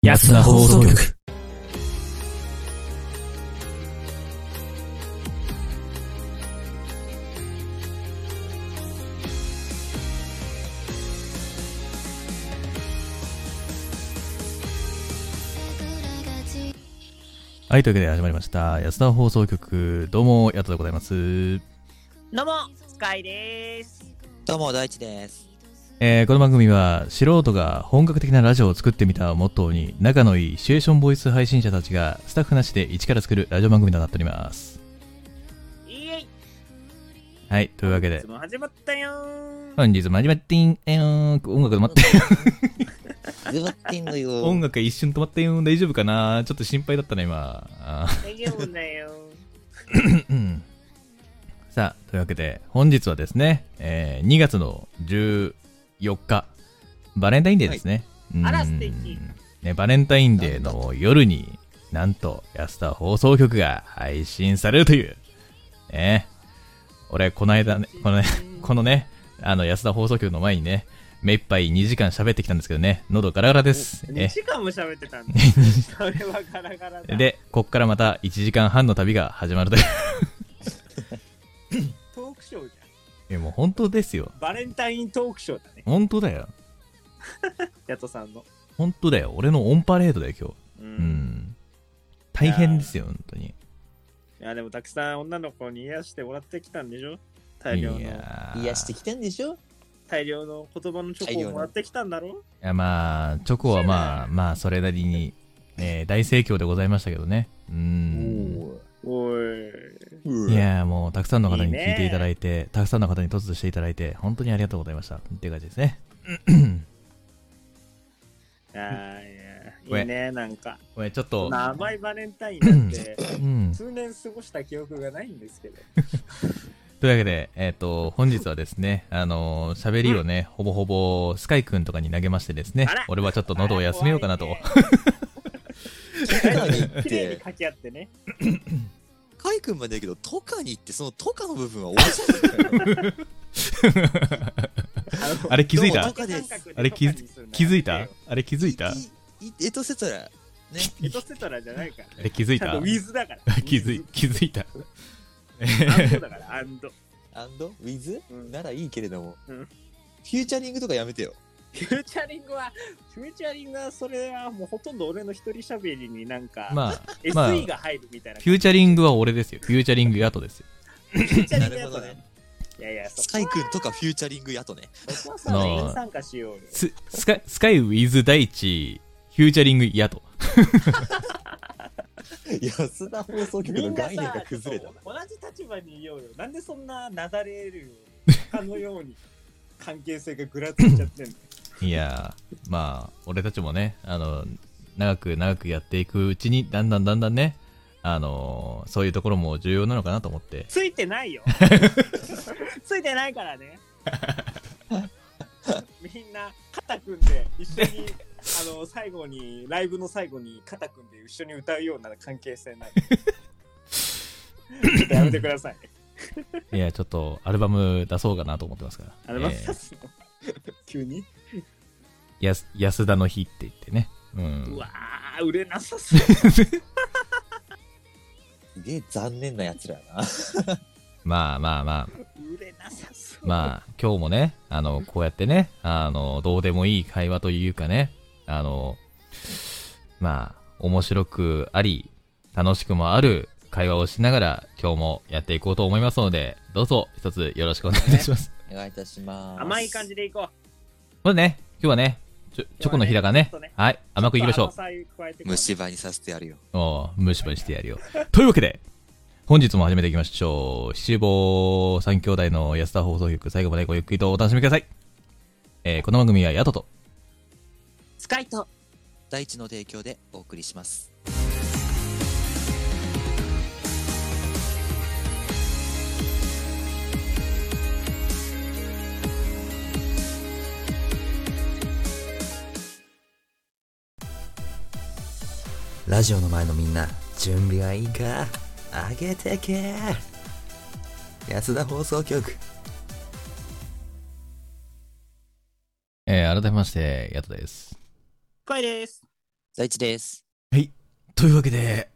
安田放送局。はい、というわけで始まりました。安田放送局、どうも、やっとでございます。どうも、スカイです。どうも、大地です。えーこの番組は、素人が本格的なラジオを作ってみたをモットーに、仲のいいシチュエーションボイス配信者たちが、スタッフなしで一から作るラジオ番組となっております。イエイはい、というわけいでつ、も始まった よー。本日も始まってん、えー、音楽止まって、ズバッティングよ。音楽が一瞬止まってん、大丈夫かなちょっと心配だったね、今。あー大丈夫だよ。うんさあ、というわけで、本日はですね、えー2月の14日、バレンタインデーですね。あらうん素敵ね、バレンタインデーの夜に、なんと、安田放送局が配信されるという、ね。俺、この間ね、このね、このね、あの、安田放送局の前にね、目いっぱい2時間喋ってきたんですけどね、喉ガラガラです。 2ね時間も喋ってたんだ。それはガラガラだ。で、こっからまた1時間半の旅が始まるという。トークショーじえ、もう本当ですよゃ。ん。バレンタイントークショーだね。本当だよ。ヤトさんの。本当だよ。俺のオンパレードだよ、今日。うう。ん。大変ですよ、本当に。いや、でもたくさん女の子に癒してもらってきたんでしょ大い量の、やー癒してきてんでしょ大量の言葉のチョコをもらってきたんだろいやまあ、チョコはまあ、まあ、それなりに、えー大盛況でございましたけどね。うん。おい。おいやーもう、たくさんの方いいにね聞いていただいて、たくさんの方に突如していただいて、本当にありがとうございました。っていう感じですね。あーいこやれいいね、なんか。これちょっそとん、な甘いバレンタインなんて、うん。数年過ごした記憶がないんですけど。というわけで、えっ、と、本日はですね、あのー、喋りをね、ほぼほぼ、スカイくんとかに投げましてですねあら、俺はちょっと喉を休めようかなと。トカに行綺っ麗にて、掛け合ってね。カイ君までだけど、トカに行って、そのトカの部分は終わっちゃう。あのあれ気づいたどうもトカです。あれ気づ気づいたあれ気づいたえとせたら、ね、エトセトラじゃないから。え、気づいちゃんた。とウィズだから 気づい、気づいた。アンドだから、アンド。アンドウィズうんならいいけれども、うフんューチャリングとかやめてよ。フューチャリングは、フューチャリングは、それはもうほとんど俺の一人喋りになんか、まあ、まあ SE が入るみたいな。フューチャリングは俺ですよ。フューチャリング後ですよ。フューチャリなングるやほどとねね。。いやいや、そスカイ君とかフューチャリングやとね。そこはさ、なあ全員参加しようよ。ススカイ、スカイウィズ大地、フューチャリングやと。安田放送局みのんな概念さが、崩れちたょっ。と同じ立場にいようよ。なんでそんななだれるかのように関係性がぐらついちゃって んのいやー、まあ、俺たちもね、あの、長く長くやっていくうちに、だんだんだんだんね、あのーそういうところも重要なのかなと思って。ついてない よ。ついてないからね。みんな肩組んで一緒にあの最後にライブの最後に肩組んで一緒に歌うような関係性 ない。ちょっとやめてください。いや、ちょっと、アルバム出そうかなと思ってますから。あの、まえー 急に、やす安田の日って言ってね。う。うんわー、売れなさそう。すげえ残念なやつらやな。まあまあまあ、売れなさそう。まあ、今日もね、あの、こうやってね、あの、どうでもいい会話というかね、あの、まあ、面白くあり、楽しくもある会話をしながら、今日もやっていこうと思いますので、どうぞ一つよろしくお願いいたします。お願いいたします。甘い感じでいこう。まずね、今日はね、ちょチョコの日だからねちょっとね、はい、甘くいきましょうちっと。甘さ加えてこう虫歯にさせてやるよ。おう、むしばにしてやるよ。 というわけで、本日も始めていきましょう。七坊三兄弟の安田放送局、最後までごゆっくりとお楽しみください。えーこの番組はヤトと、スカイト。大地の提供でお送りします。ラジオの前のみんな準備はいいか上げてけ安田放送局えー改めまして、ヤトです。スカイです。大地です。というわけ で、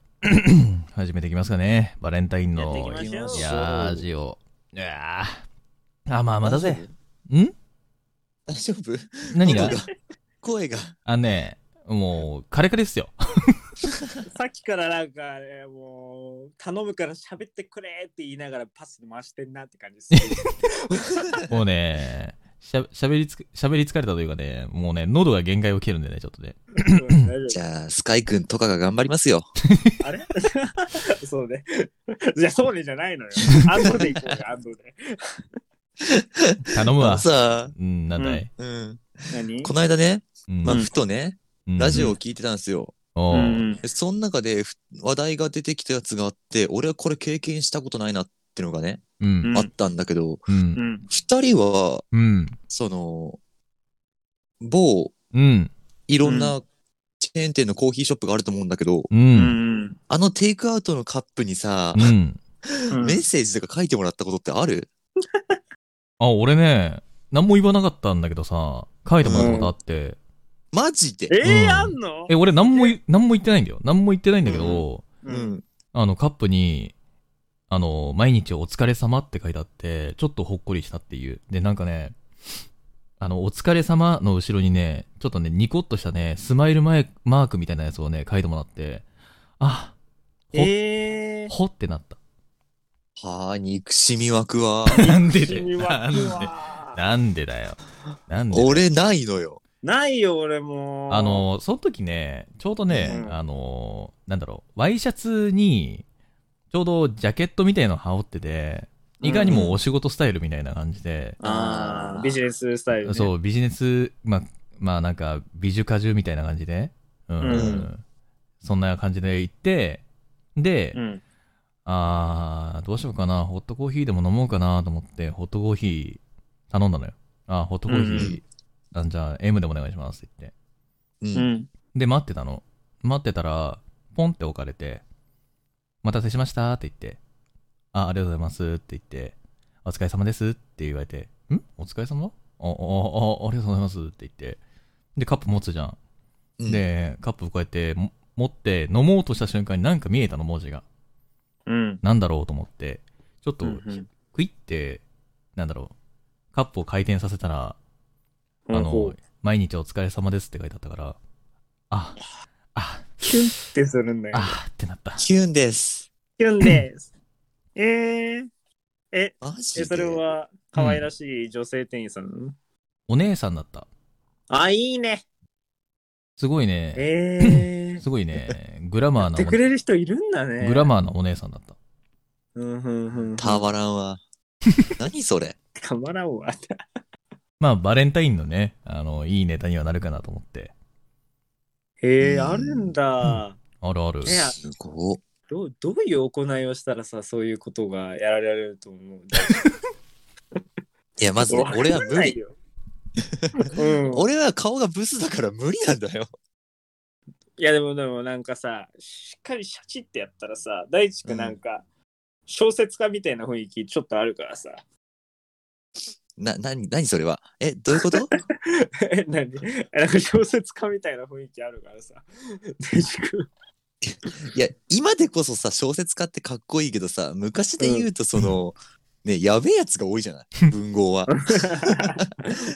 始めていきますかね。バレンタインのやっていきましょういやージオ。いやーあ、まあまだぜ。ぜ。ん大丈夫何が喉声が。あのね、もう、カレカレっすよ。さっきからなんか、ね、もう、頼むから喋ってくれって言いながらパス回してんなって感 じです。もうね、しゃしゃべりつく、しゃべり疲れたというかね、もうね、喉が限界を切るんでね、ちょっとね。うん大丈夫じゃあ、スカイくんとかが頑張りますよ。あれそうね。 じゃあ、そうねじゃないのよ。安藤で行こうよ、安藤で。頼むあわの。さ、うん、なんだい。うん。何この間ね、うんまあ、うんふとね、うんラジオを聞いてたんですよ。おううんでその中でふ話題が出てきたやつがあって、俺はこれ経験したことないなってのがね、うん。うんあったんだけど、う。うんん。二人は、うん。その、某、うん。いろんなチェーン店のコーヒーショップがあると思うんだけど、う。うんん。あのテイクアウトのカップにさう、ん。うんメッセージとか書いてもらったことってあるあ、俺ね、何も言わなかったんだけどさ、書いてもらったことあって、マジでえうんー、あんのえ、俺何もい、何も言ってないんだよ。何も言ってないんだけど、ううんん。あの、カップに、あの、毎日お疲れ様って書いてあって、ちょっとほっこりしたっていう。で、なんかね、あの、お疲れ様の後ろにね、ちょっとね、ニコッとしたね、スマイルマイマークみたいなやつをね、書いてもらって、あ、えー。ほってなった。はあ、憎しみ湧くわ。なんでだ君よ。はなんでなんでだよ。なんでだよ俺ないのよ。ないよ、俺も。あ、の、その時ね、ちょうどね、うんあの、なんだろう、ワイシャツに、ちょうどジャケットみたいの羽織ってて、いかにもお仕事スタイルみたいな感じで、あービジネススタイル、ね。う。そう、ビジネス、まあ、まあなんか、美女果汁みたいな感じで、うん、うんそんな感じで行って、で、うん。あー、どうしようかな、ホットコーヒーでも飲もうかなと思って、ホットコーヒー頼んだのよ。あー、ホットコーヒー、あじゃあ M でもお願いしますって言って。うんうん。で、待ってたの。待ってたら、ポンって置かれて、お待たせしましたって言って、あ、ありがとうございますって言って、お疲れ様ですって言われて、んお疲れ様お、お、お、ありがとうございますって言って、で、カップ持つじゃん。うんで、カップこうやっても持って飲もうとした瞬間になんか見えたの、文字が。うん。なんだろうと思って、ちょっと、うんうんクイって、なんだろう、カップを回転させたら、あほのう、毎日お疲れ様ですって書いてあったから、あ、あ、キュンってするんだよ。あーってなった。キュンです。キュン です。えー、え、マジえでそれは可愛らしい女性店員さんなの、お姉さんだった。あ、いいね。すごいね、えー。すごいね、グラマーやっなてお、くれる人いるんだね。グラマーなお姉さんだった。うんうんうん。たまら んわ。何それたまらんわ。まあ、バレンタインのね、あの、いいネタにはなるかなと思って。へえうんあるんだ。あるある。いやすごっ。どうどういう行いをしたらさ、そういうことがやられると思う。いや、まずね、俺は無理。よ。うん、俺は顔がブスだから無理なんだよ。いやでもでもなんかさしっかりシャチってやったらさ大地君なんか小説家みたいな雰囲気ちょっとあるからさ な、なに、なにそれは。え、どういうこと え何 なんか小説家みたいな雰囲気あるからさ大地君いや、今でこそさ、小説家ってかっこいいけどさ、昔で言うとその、ね、やべえやつが多 いじゃない文豪は。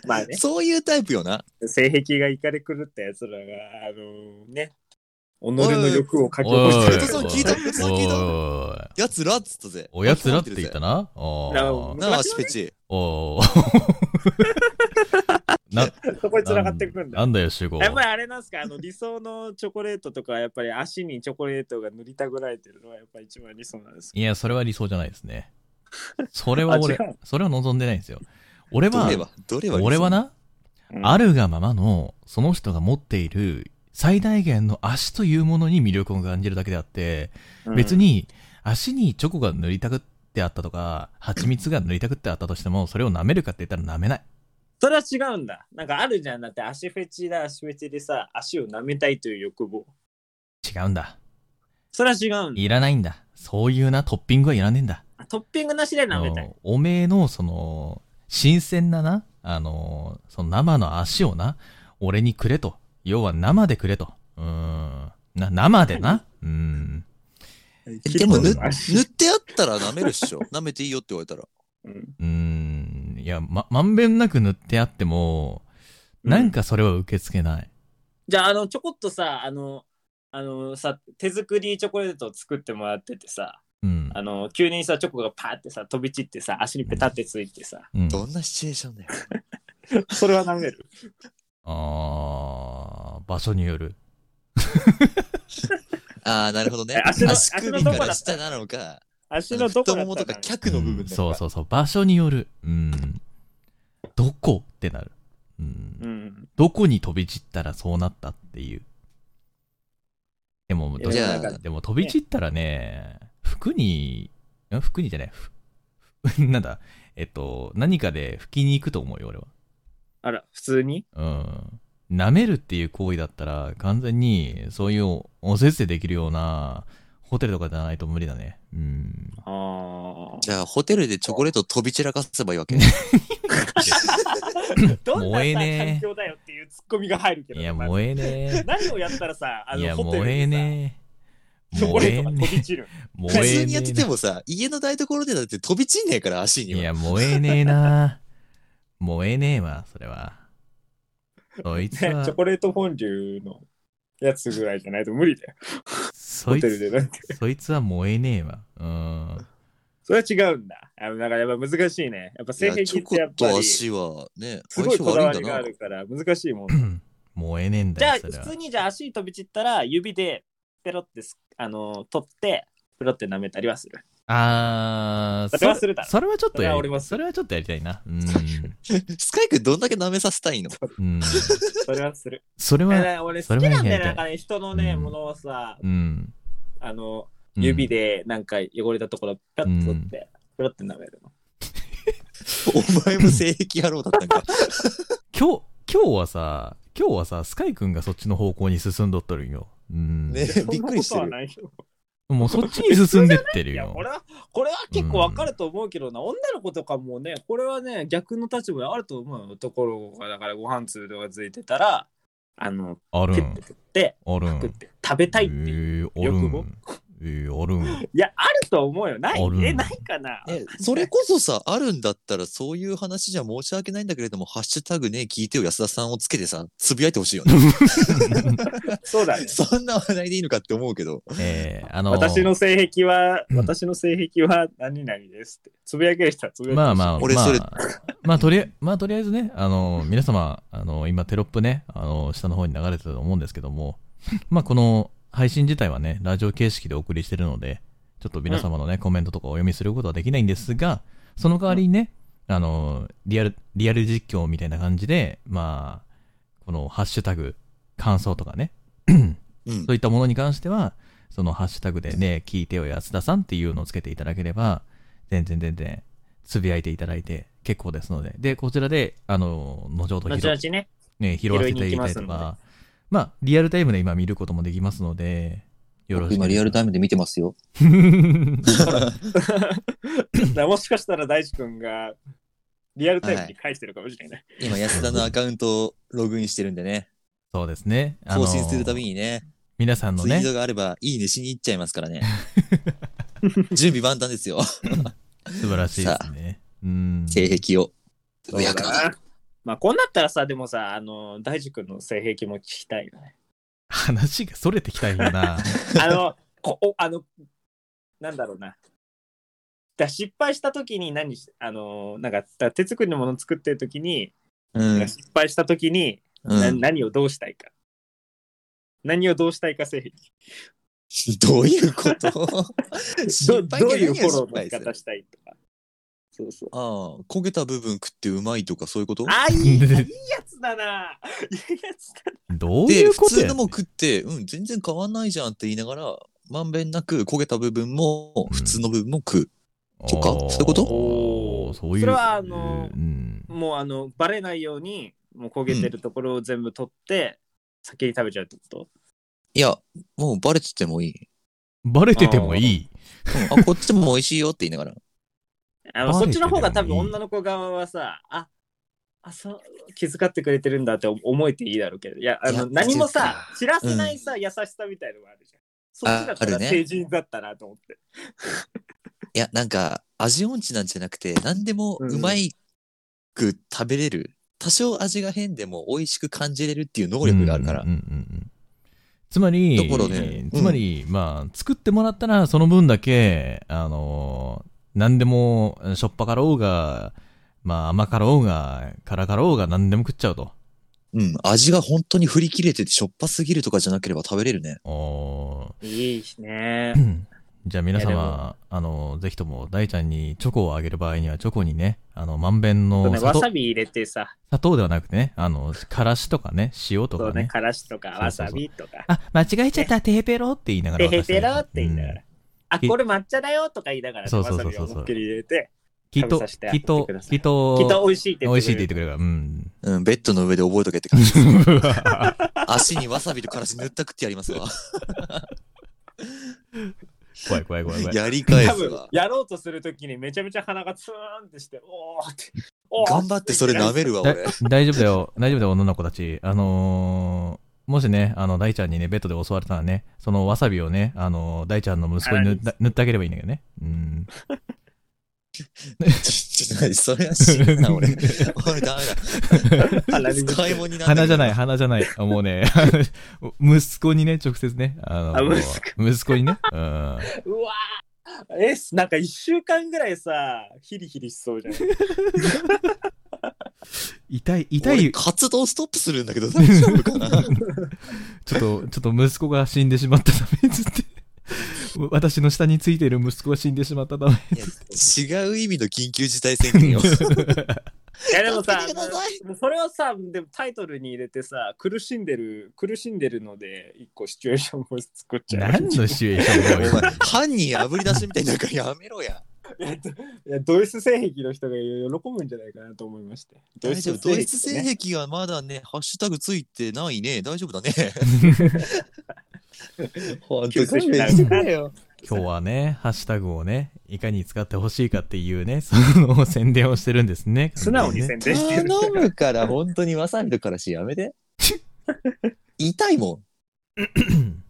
まあねそういうタイプよな。性癖がいかれ狂ったやつらがあのね己の欲を書き起こしおているおいおいおい聞いた聞いた聞いたおいやつらっつったぜ。おやつらって言ったなおなーなあ、シペチ。おーな、 そこに繋がってくるんだな。んだよ、主語。やっぱりあれなんですかあの理想のチョコレートとかはやっぱり足にチョコレートが塗りたぐられてるのはやっぱり一番理想なんですかいや、それは理想じゃないですね。それは俺あ違う、それは望んでないんですよ。俺どはれ、は、どれは。俺は。な、うんあるがままの、その人が持っている最大限の足というものに魅力を感じるだけであって、別に足にチョコが塗りたくってあったとか、蜂蜜が塗りたくってあったとしても、それを舐めるかって言ったら舐めない。それは違うんだ。なんかあるじゃん。だって足フェチだ、足フェチでさ、足を舐めたいという欲望。違うんだ。それは違うんだ。いらないんだ。そういうなトッピングはいらねえんだ。トッピングなしで舐めたあい。のおめえの、その、新鮮なな、あの、その生の足をな、俺にくれと。要は生でくれと。うん。な、生で な。うん。でも、ぬ切り込む足塗ってあったら舐めるっしょ。舐めていいよって言われたら。うんうん。いや、ま、まんべんなく塗ってあっても、なんかそれは受け付けない。じゃあ、あの、ちょこっとさ、あの、あのさ、手作りチョコレートを作ってもらっててさ、うん。あの、急にさ、チョコがパーってさ、飛び散ってさ、足にペタってついてさ、うん、どんなシチュエーションだよ。それは舐める。あー場所による。ああ、なるほどね。え足の足首足のどこかだら下なのか、足のどこ太だももったとかかな脚の部う分んだそうそうそう、場所による。うん。どこってなる。うんうん。どこに飛び散ったらそうなったっていう。でも、どじゃあなんかでも飛び散ったらね、服に、ん服にじゃない、ふ なんだ、えっと、何かで拭きに行くと思うよ、俺は。あら、普通にうん。舐めるっていう行為だったら、完全に、そういうおせっせできるような、ホテルとかじゃないと無理だね。うん。あじゃあ、ホテルでチョコレートを飛び散らかせばいいわけ。あ。 どんな燃えさねえ環境だよっていうツッコミが入るけどいね。や、まあ燃えね何をやったらさ、 あえ。いの、や、ホテル燃でえねえ。さチョコ燃えレートがね飛びえ。散る。燃普えねえ通にやっててもさ、家の台所でだって飛び散んねえから、足にいは。や、燃えねえな。燃えねえわ、それは。そいつねはチョ、コレートフォンデュのやつぐらいじゃないと無理だよ。そホいテルでつ、なんて。そいつは燃えねえわ。うん。それは違うんだ。あの、だからやっぱ難しいね。やっぱ性いや癖チョっコてやっぱとり、す足はね、ごいこだわ相性悪いりんがあだなる。から難しいもん。燃えねえんじだゃあよ、それは普通。にじゃあ足飛び散ったら指でペロってすあの取ってペロって舐めたりはする。あー、それはするだろそれはちょっとやそれは俺もり、するそれはちょっとやりたいな。うん。 スカイ君どんだけ舐めさせたいのうん。それはする。それだかは、ら俺そ好れはきなんだやよりねたいなんかね人のね、うんものをさうん。あの指で。でなんか汚れたところペロッと取って、ペロって舐めるの。お前も性癖野郎だった んか。今日、今日はさ、今日はさ、スカイくんがそっちの方向に進んどっとるんよ。うん。ねびっくりしてそんな。こるとはないよもうそっちに進んでってる いやよこ。れはこれは結構わかると思うけどな、女の子とかもねこれはね逆の立場あると思うよところがだからご飯粒とかついてたらあのあるペッ んて。取って、あるパクっん。て食べたいっていう。えー、ある欲望ん。えー、あるん。いや、あると思うよ。ないあるえ、ないかな、ね、それこそさ、あるんだったら、そういう話じゃ申し訳ないんだけれども、ハッシュタグね、聞いてよ安田さんをつけてさ、つぶやいてほしいよね。 そうだね。そんな話題でいいのかって思うけど。えー、あの、私の性癖は、うん私の性癖は何々ですって。つぶやける人はつぶやけるまあまあ、俺まそれあ、まあ、とりあえまあ、とりあえずね、あの、皆様、あの、今テロップね、あの、下の方に流れてたと思うんですけども、まあ、この配信自体はね、ラジオ形式でお送りしてるので、ちょっと皆様のね、コメントとかお読みすることはできないんですが、その代わりにね、あの、リアル、リアル実況みたいな感じで、まあ、このハッシュタグ、感想とかね、うんそ。ういったものに関しては、そのハッシュタグでね、聞いてよ安田さんっていうのをつけていただければ、全然全然、つぶやいていただいて結構ですので。で、こちらで、あの、後ほど後拾,、々 ね。ね、拾わせていただいたり拾いに行ときますのか、まあ、リアルタイムで今見ることもできますので、よろしく。イムで見てます よ。イム。だからもしかしたら大地君がリアルタイムに返してるかもしれない。今、安田のアカウントをログインしてるんでね、そうですね。あの更新するたびにね、皆さんのツイーね、トがあれば、いいねしに行っちゃいますからね。 準備万端ですよ。 素晴らしいですね。うん。性癖を。そうだな。まあ、こうなったらさ、でもさ、あの、大地君の性癖も聞きたいよね。 話がそれてきたよ な。あの、こおあの、なんだろうな。だから失敗した時に何し、あの、なんか、だから手作りのもの作ってる時に、うん。失敗した時に、う。なん何をどうしたいか。何をどうしたいか性癖。どういうこと 失ど敗どうかい何うがフォロ失ーの敗仕する方したいとか。そうそう。ああ、焦げた部分食ってうまいとかそういうことあ、いい、いいやつだな。いいやつだどういで、うこ普と通やねのんも食って、うん、全然変わんないじゃんって言いながら、まんべんなく焦げた部分もうん普通の部分も食う。そっかそういうことおーそういう。それはあのうん。もう、あの、バレないように、もう焦げてるところを全部取って、先に食べちゃうってこといや、もうバレててもいい。バレててもいい。うんあ、こっちも美味しいよって言いながら。あのバそレっててちでものいい方が多分女の子側はさ、ああそう気遣ってくれてるんだって思えていいだろうけどいやあいやの何もっていうさか知らせないさ、優しさみたいのがあるじゃんそっちだったああらるね成人だったなと思って、いや、なんか、味音痴なんじゃなくて、何でもうまいく食べれる。多少味が変でも美味しく感じれるっていう能力があるからうん。うんうんうんつまり、ところでつまり、まあ、作ってもらったら、その分だけ、あのー何でも、しょっぱかろうが、まあ、甘かろうが、辛かろうが、何でも食っちゃうと。うん、味が本当に振り切れててしょっぱすぎるとかじゃなければ食べれるね。おーいいしねじゃあ皆いや様、あの、ぜひとも大ちゃんにチョコをあげる場合には、チョコにね、あの、まんべんそうのね砂わ糖さび入れてさ砂糖ではなくてね、あの、からしとかね、塩とそかうねね。からしとかわさびとかあ、間違えちゃった、テヘペロって言いながらで渡へしててね。ろって言いながら、うんあこれ抹茶だよとか言いながらね、そうわそうさそうびそうを思いっきり入れてきっと、食べさせてきっとやってくだ、きさいっきっとと、美味しいって美言っ味しいてって言ってくれるから、うん。うん、ベッドの上で覚えとけって感じです。 足にわさびとからし塗ったくってやりますわ。怖い怖い怖い怖い。やり返多す分わ。やろうとするときにめちゃめちゃ鼻がツーンってしておーっておー頑張ってそれ舐めるわ、だ俺。大丈夫だよ、大丈夫だよ、女の子たち。あのーもしね、あの、大ちゃんにね、ベッドで襲われたらね、そのわさびをね、あのー大ちゃんの息子に塗った塗ってあげればいいんだけどね。うん。 ちょっと何それは死ぬな、俺。俺ダメ鼻だ。に使い物にな鼻じゃない、い。鼻じゃない。もうね、息子にね、直接ね、あの、あ息息子にね、うん。うわーえなんか1週間ぐらいさヒリヒリしそうじゃん痛い、痛痛い、ちい。活動ストップするんだけど大丈夫かなょっと、ちょっと息子が死んでしまったため、つって。私の下についている息子が死んでしまったため。違う意味の緊急事態宣言よ。いやでもさ助けてくださもうそれをさでもタイトルに入れてさ苦しんでる苦しんでるので一個シチュエーションを作っちゃう何のシチュエーションだ お前よ、今、犯人炙り出しみたいになんかやめろ や。いやどいやドイツ性癖の人が喜ぶんじゃないかなと思いまして大丈夫。ドイツ性性癖はまだね、ハッシュタグついてないね。大丈夫だ ね。本当勘弁してくれよ。今日はね、ハッシュタグをね、いかに使ってほしいかっていうね、その宣伝をしてるんですね。素直に宣伝して 頼るむから、本当にわさびとからしやめて。痛いもん。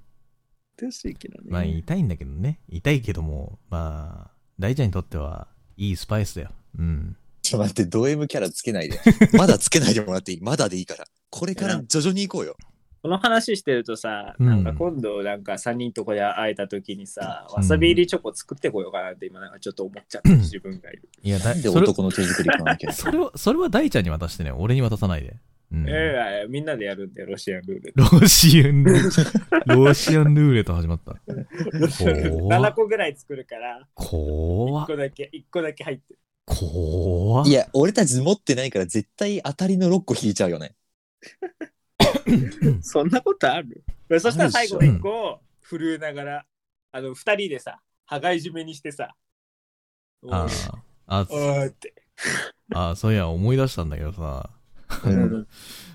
まあ痛いんだけどね。痛いけども、まあ、大ちゃんにとってはいいスパイスだよ。うん。ちょっと待って、ド M キャラつけないで。まだつけないでもらっていい。まだでいいから。これから徐々に行こうよ。この話してるとさ、うんなんか今度なんか3人とかで会えた時にさ、わさび入りチョコ作ってこようかなって今なんかちょっと思っちゃった自分がいる。いや、だなんでそれ男の手作り買わなきゃ。それを、それは大ちゃんに渡してね、俺に渡さないで。うん。ええみんなでやるんだよ、ロシアンルーレロシアンル、ロシアンルーレット始まった。ット。怖7っ個ぐらい作るから、怖1っ個だけ、一個だけ入ってる。怖っいや、俺たち持ってないから絶対当たりの6個引いちゃうよね。そんなことあるそしたら最後の1個を震えながら、あの、2人でさ、羽交い締めにしてさ、ああ、おーって。ああ、そういや、思い出したんだけどさ、うん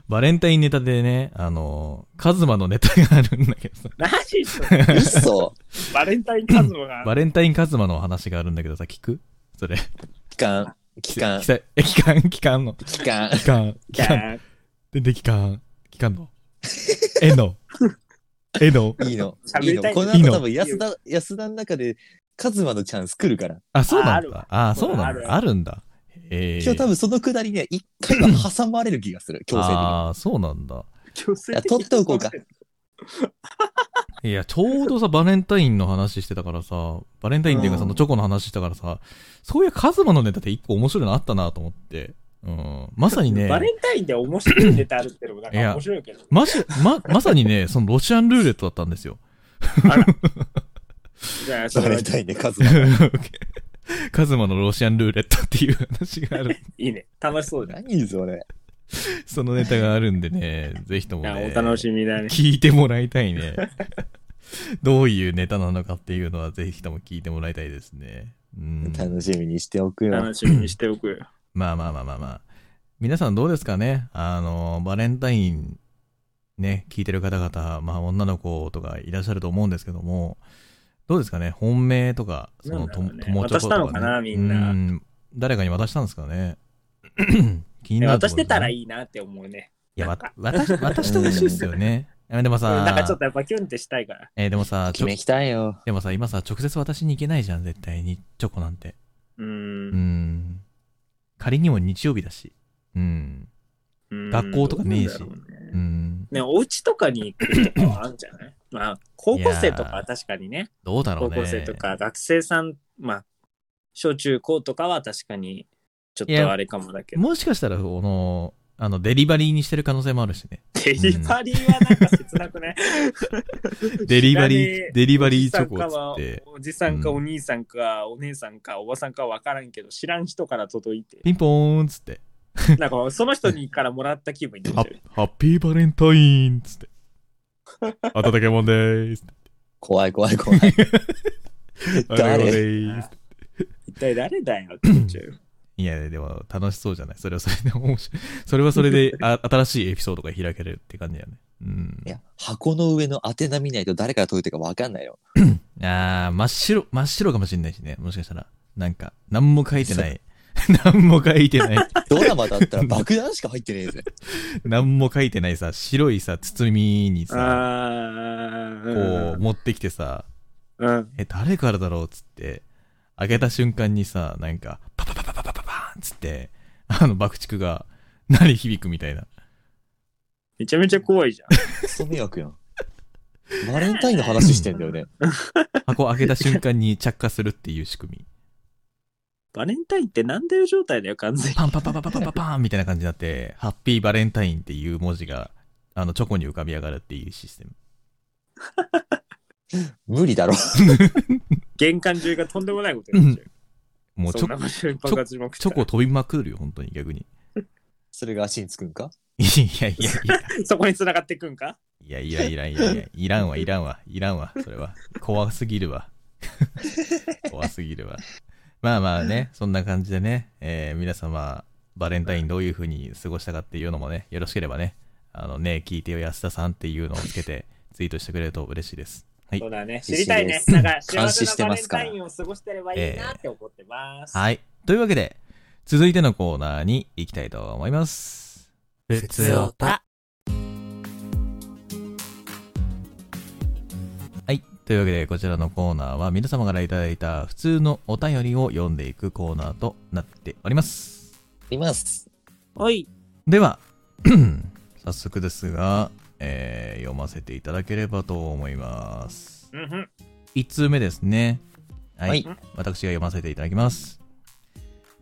バレンタインネタでね、あの、カズマのネタがあるんだけどさ、何してんの嘘バレンタインカズマが。 バレンタインカズマの話があるんだけどさ、聞くそれ。期間、期間き、さえ、期間、期間の。期間。期間、期じゃ間。あで、で、期間、期間の。えの。えの。いいの。い喋いりたの。いこのいい後の多分安田、安田の中で、カズマのチャンス来るから。あ、そうなああんるわだ。あ、そうあなんるあだ。るあるんだ。ええ。今日多分そのくだりね、一回は挟まれる気が する、強制的に。ああ、そうなんだ。強制的にいや取っておこうかいや、ちょうどさ、バレンタインの話してたからさ、バレンタインっていうか、うんそのチョコの話したからさ、そういうカズマのネタって一個面白いのあったなと思って。うん。まさにね、バレンタインで面白いネタあるってのもなんいかや面白いけど。まし、ま、まさにね、そのロシアンルーレットだったんですよ。 じゃあそバれレはンいタインでカズマ。カズマのロシアンルーレットっていう話があ る。いね。楽しそうじゃん。何それ。そのネタがあるんでね、ぜひともいやねお、楽しみだね。聞いてもらいたいね。 どういうネタなのかっていうのは、ぜひとも聞いてもらいたいですね。うん。楽しみにしておくよ。楽しみにしておくよ。まあまあまあまあまあ。皆さんどうですかねあの、バレンタイン、ね、聞いてる方々、まあ女の子とかいらっしゃると思うんですけども、どうですかね本命とか、そのなんだろうね友チョコとか、ね。渡したのかなみんな うん誰かに渡したんですかね聞気になるところだね渡してたらいいなって思うね。いや、わ、渡し、渡してほしいですよね。えでもうんなんかちょさっ、とやっぱキュンってしたいから。えでもさ、ち決ょめきたいよ。でもさ、今さ、直接渡しに行けないじゃん、絶対に、チョコなんて。ううんー。ん。仮にも日曜日だし。うん。うん学校とかねえしどうなんだろうねうん。ね、お家とかに行くとかはあるんじゃ ないまあ、高校生とかは確かにね、どうだろう高ね。校生とか学生さん、まあ、小中高とかは確かに、ちょっいやとあれかもだけど、もしかしたら、この、あの、デリバリーにしてる可能性もあるし ね。デリバリーはなんか切なくね。デリバリ知らねえー、デリバリーチョコっつって。おじさんかうんお兄さんかお姉さんかおばさんかわからんけど、知らん人から届い て、ピンポーンっつって。なんかその人にからもらった気分になハっちゃうッハッピーバレンタインっつ って。温けもんでーす。怖い怖 い怖い。温けもんで誰ーす。一体誰だよって思っちゃうよ。いや、でも楽しそうじゃないそれはそれで面白い。 それはそれであ新しいエピソードが開けれるって感じだよね。うんい。や、箱の上の宛名見ないと誰から届いてるかわかんないよ。あー、真っ白、真っ白かもしれないしね。もしかしたら。なんか、何も書いてない。 何も書いてない。ドラマだったら爆弾しか入ってねえぜ。何も書いてないさ、白いさ、包みにさ、あこーう、持ってきてさ、うんうん。え、誰からだろうっつって、開けた瞬間にさ、なんか、パパパパパパパパーンっつって、あの、爆竹が、鳴り響くみたいな。めちゃめちゃ怖いじゃん。クソ迷惑やん。バレンタインの話してんだよね。箱開けた瞬間に着火するっていう仕組み。バレンタインってなんでる状態だよ、完全に。パンパンパンパンパンパンパンみたいな感じになって、ハッピーバレンタインっていう文字が、あの、チョコに浮かび上がるっていうシステム。無理だろ。 玄関中がとんでもないことになっちゃう。もうチそんなョ場所に爆発しまくっチたョコ飛びまくるよ、本当に逆に。それが足につくんかいやいやいや。そこに繋がっていくんかいやいやいやいやいや、いらんわ、いらんわ、いらんわ、それは。怖すぎるわ。 怖すぎるわ。まあまあね、そんな感じでね、えー皆様、バレンタインどういう風に過ごしたかっていうのもね、よろしければね、あのね、聞いてよ安田さんっていうのをつけて、ツイートしてくれると嬉しいです。はいそう。だね。知り必死たいねで。すなんか幸監せ視なしてバまレンすかタらインを過ごしてればいいなって思ってます。はい。というわけで、続いてのコーナーに行きたいと思います。普おたはい。というわけで、こちらのコーナーは皆様からいただいた普通のお便りを読んでいくコーナーとなっております。います。はい。では、 早速ですが、えー読ませていただければと思います。うんうん。 1通目ですね。はい。はい私が読ませていただきます。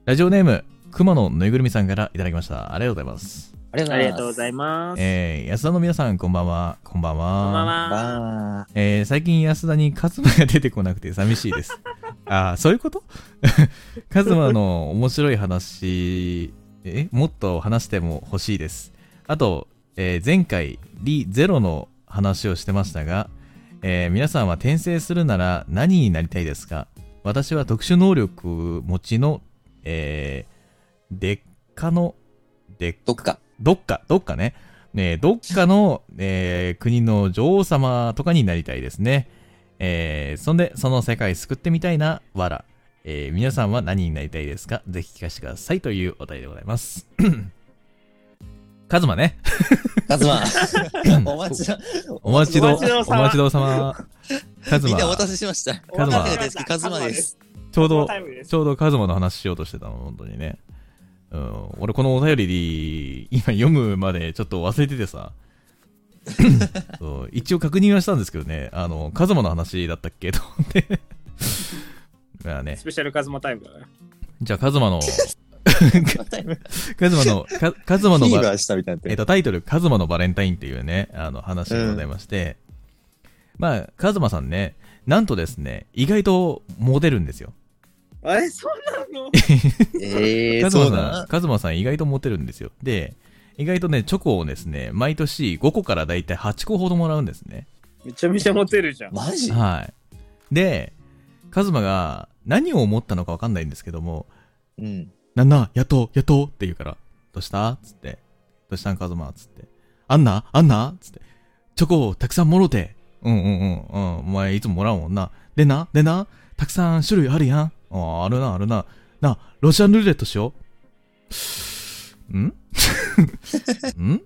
ラジオネーム、熊野ぬいぐるみさんからいただきました。ありがとうございます。ありがとうございます。ありがとうございます。えー安田の皆さん、こんばんは。こんばんは。こんばんは。わえー最近安田にカズマが出てこなくて寂しいです。ああ、そういうこと カズマの面白い話、え、もっと話しても欲しいです。あと、えー前回、リゼロの話をしてましたが、えー皆さんは転生するなら何になりたいですか私は特殊能力持ちの、えー、デッカの、デッーどっか。どっか、どっかね。ねどっかの、えー国の女王様とかになりたいですね。えーそんで、その世界救ってみたいな、わら。えー皆さんは何になりたいですかぜひ聞かせてくださいというお題でございます。 カズマね。カズマ。お待ちだ。お待ちど、お待ちどうおさま待ちどうさま。カズみんマ、なお待たせしました。カズマお待たせしましたカズマです。ちょうどカズマタイムで、すちょうどカズマの話しようとしてたの、本当にね。うん、俺このお便り今読むまでちょっと忘れててさそう一応確認はしたんですけどねあのカズマの話だったっけと思ってまあねスペシャルカズマタイムだね。じゃあカズマの タイムカズマのカカズマフのィーババーしたみたいになえっってる。と、タイトル、カズマのバレンタインっていうね、あの話でございまして、まあ、カズマさんね、なんとですね、意外とモテるんですよ。あれ、そうなのえカー、ズマそさうん、なカズマさん意外とモテるんですよ。で、意外とね、チョコをですね、毎年5個からだいたい8個ほどもらうんですね。めちゃめちゃモテるじゃん。マジはい。で、カズマが何を思ったのかわかんないんですけども、うん。なんな、やっとう、やっとうって言うから、どうしたつって、どうしたんカズマつって、あんな、あんなつって、チョコをたくさんもろて、うんうんうん、うん、お前いつももらうもんな。でな、でな、たくさん種類あるやん。ああ、あるな、あるな。な、ロシアンルーレットしよう。ん んん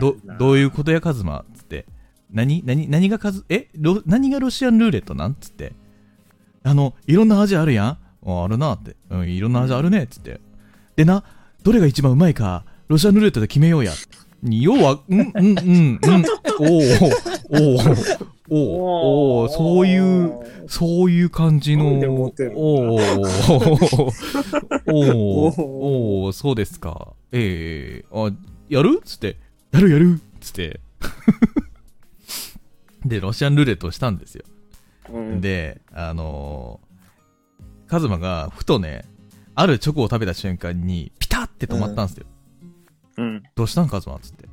どどういうことやカズマつって何何何がカズえロ何がロシアンルーレットなんつってあのいろんな味あるやんああるなって、うん、いろんな味あるねつってでなどれが一番うまいかロシアンルーレットで決めようや要はうんうんうんうんおーおーおーおおそういうそういう感じの。なんでモテるのおーおーおおーそうですか。ええあ、やるつって、やるやるつって。 で、ロシアンルーレットをしたんですよ。うん、で、あのーカズマがふとね、あるチョコを食べた瞬間に、ピタって止まったんですよ。うん、どうしたんカズマつって。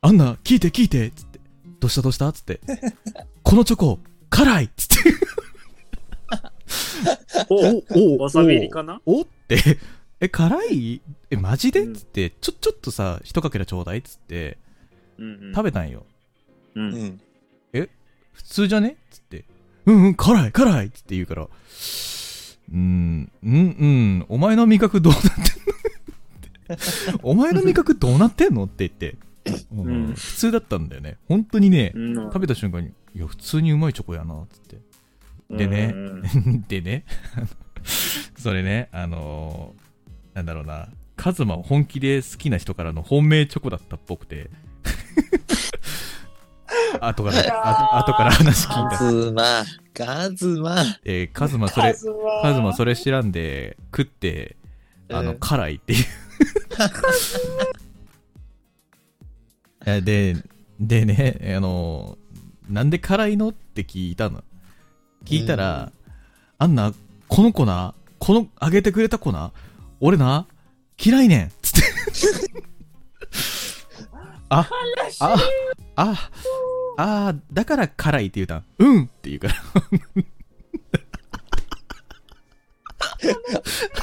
アンナ、聞いて聞いてつって。どうしたどうしたつ って。このチョコ、辛いつって。お おわさび入りかなおって、え、辛いえ、マジでうんつって、ちょ、ちょっとさ、一かけらちょうだいっつって、食食べたんよ。べ、う、うんん。普通じゃねつって、うんうん、辛い、辛いっつって言うから、うーん、うんうん、お前の味覚どうなってんのお前の味覚どうなってんのって言って、うんうん普通だったんだよね。本当にね、うん食べた瞬間に、いや、普通にうまいチョコやな、つって。 でねうんでね、それね、あのーなんだろうな、カズマを本気で好きな人からの本命チョコだったっぽくて、 後から、あ後から話聞いカた。ズマ、カズマ。えーカズマそカれ、ズマカズマそれ知らんで、食って、あの、うん辛い っていう。えで、でね、あの、なんで辛いのって聞いたの。聞いたら、あんな、この子な、この、あげてくれた子な、俺な、嫌いねん つって。あ、あ、あ、あー、だから辛いって言うたん。うんって言うから。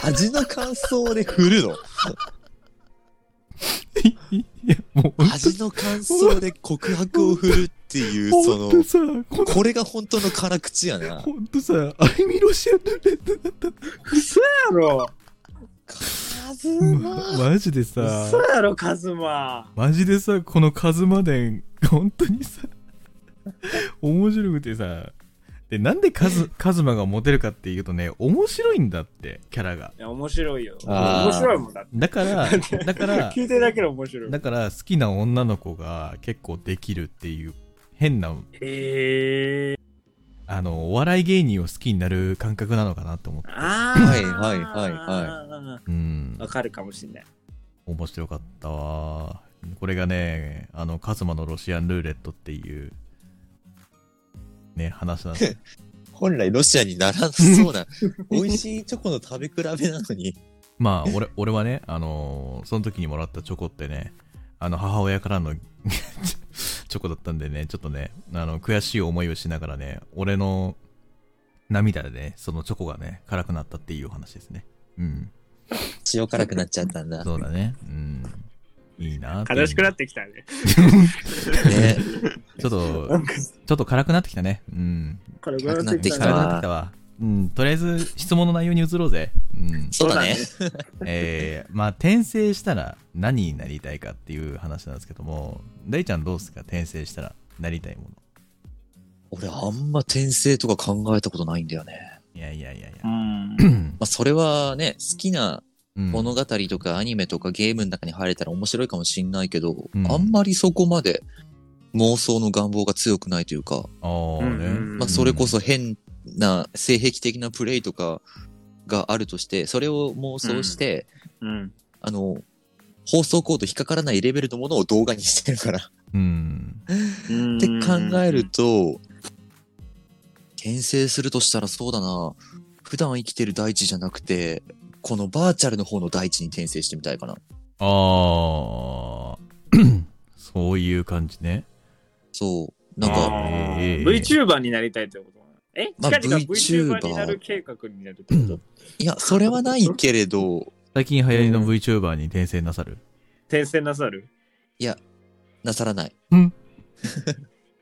味の感想で振るの。いや、もう本味の感想で告白を振るっていう、当、そ本当の、さ、ここれが本当の辛口やな。ほんとさ、アイミロシアンルーレットだった。嘘やろカズマ。マジでさ、嘘やろカズママジでさ、このカズマ伝、本当にさ、面白くてさ、で、なんでカズ、カズマがモテるかっていうとね、面白いんだって、キャラが。いや面白いよあー面白いもんだってだから、だから、聞いてるだけで面白いだから好きな女の子が結構できるっていう、変な、へえー、あの、お笑い芸人を好きになる感覚なのかなと思って。あはいはいはいはうんわ。かるかもしれない面白かったわこれがねあのカズマのロシアンルーレットっていうね話なんです 本来ロシアにならなそうな、美味しいチョコの食べ比べなのに。まあ俺俺はねあのーその時にもらったチョコってねあの母親からの チョコだったんでねちょっとねあの悔しい思いをしながらね俺の涙でねそのチョコがね辛くなったっていうお話ですねうん塩辛くなっちゃったんだ。そうだねうんいいなっていう悲しくなってきたねね。ちょっとなんかちょっと辛くなってきたねうん軽くなって辛くき辛くたなねなってきたわ。うん、とりあえず質問の内容に移ろうぜ。うん、そうだね。えー、まあ転生したら何になりたいかっていう話なんですけども、大ちゃんどうですか転生したらなりたいもの。俺あんま転生とか考えたことないんだよね。いやいやいやいや。うんまあそれはね、好きなうん物語とかアニメとかゲームの中に入れたら面白いかもしんないけど、うんあんまりそこまで妄想の願望が強くないというか、あーうんねうんまあそれこそ変な性癖的なプレイとかがあるとして、それを妄想して、うんあの、放送コード引っかからないレベルのものを動画にしてるから。うん。うんって考えると、転生するとしたらそうだな。普段生きてる大地じゃなくて、このバーチャルの方の大地に転生してみたいかな。ああ、 そういう感じね。そう。なんあか、あえーー VTuber になりたいってことえまあ近々 VTuber VTuber になる計画になるってこといや、それはないけれど、最近流行りのうん VTuber に転生なさる。転生なさるなさらない。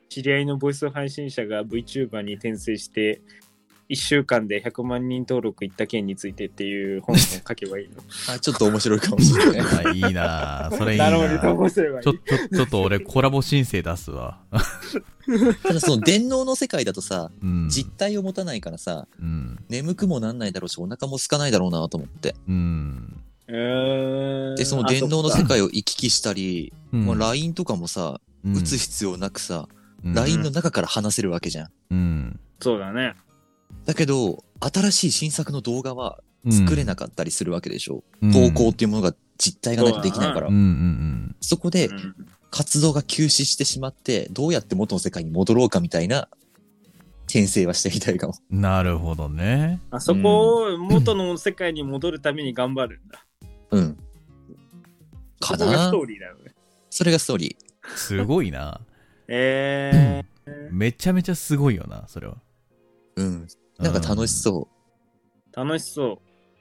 知り合いのボイス配信者が VTuber に転生して1週間で100万人登録いった件についてっていう本を書けば いいの。あ、ちょっと面白いかもしれな い。あいいなぁそれいいななるほぁど、どうすればいいちょ、ちょ、ちょっと俺コラボ申請出すわ。ただその電脳の世界だとさ、うん。実体を持たないからさ、うん。眠くもなんないだろうし、お腹も空かないだろうなと思って。うん。うーんで、その電脳の世界を行き来したり、うんもう LINE とかもさ、打つ必要なくさ、うん、 LINE の中から話せるわけじゃん。うん。そうだね。だけど、新しい新作の動画は作れなかったりするわけでしょ。投稿っていうものが実体がないとできないからうん。うんそこでうん活動が休止してしまって、どうやって元の世界に戻ろうかみたいな転生はしてみたいかも。うん。なるほどね。あそこを元の世界に戻るために頑張るんだ。うん。そかこがなストーリーだよね。それがストーリー。すごいな。えめちゃめちゃすごいよな、それは。うん。なんか楽しそう。ー、楽しそ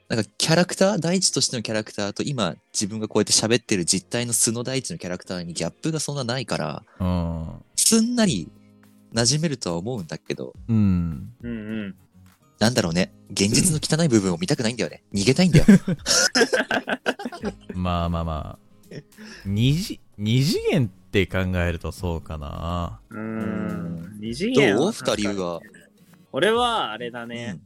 なんかキャラクター、大地としてのキャラクターと今自分がこうやって喋ってる実体の素の大地のキャラクターにギャップがそんなないから、うん。うん。すんなり馴染めるとは思うんだけど、うん。う。うんうん。なんだろうね。現実の汚い部分を見たくないんだよね。逃げたい んだよ。まあまあまあ。二次、二次元って考えるとそうかな。うーん。二次元どうは二人は。俺はあれだうねん。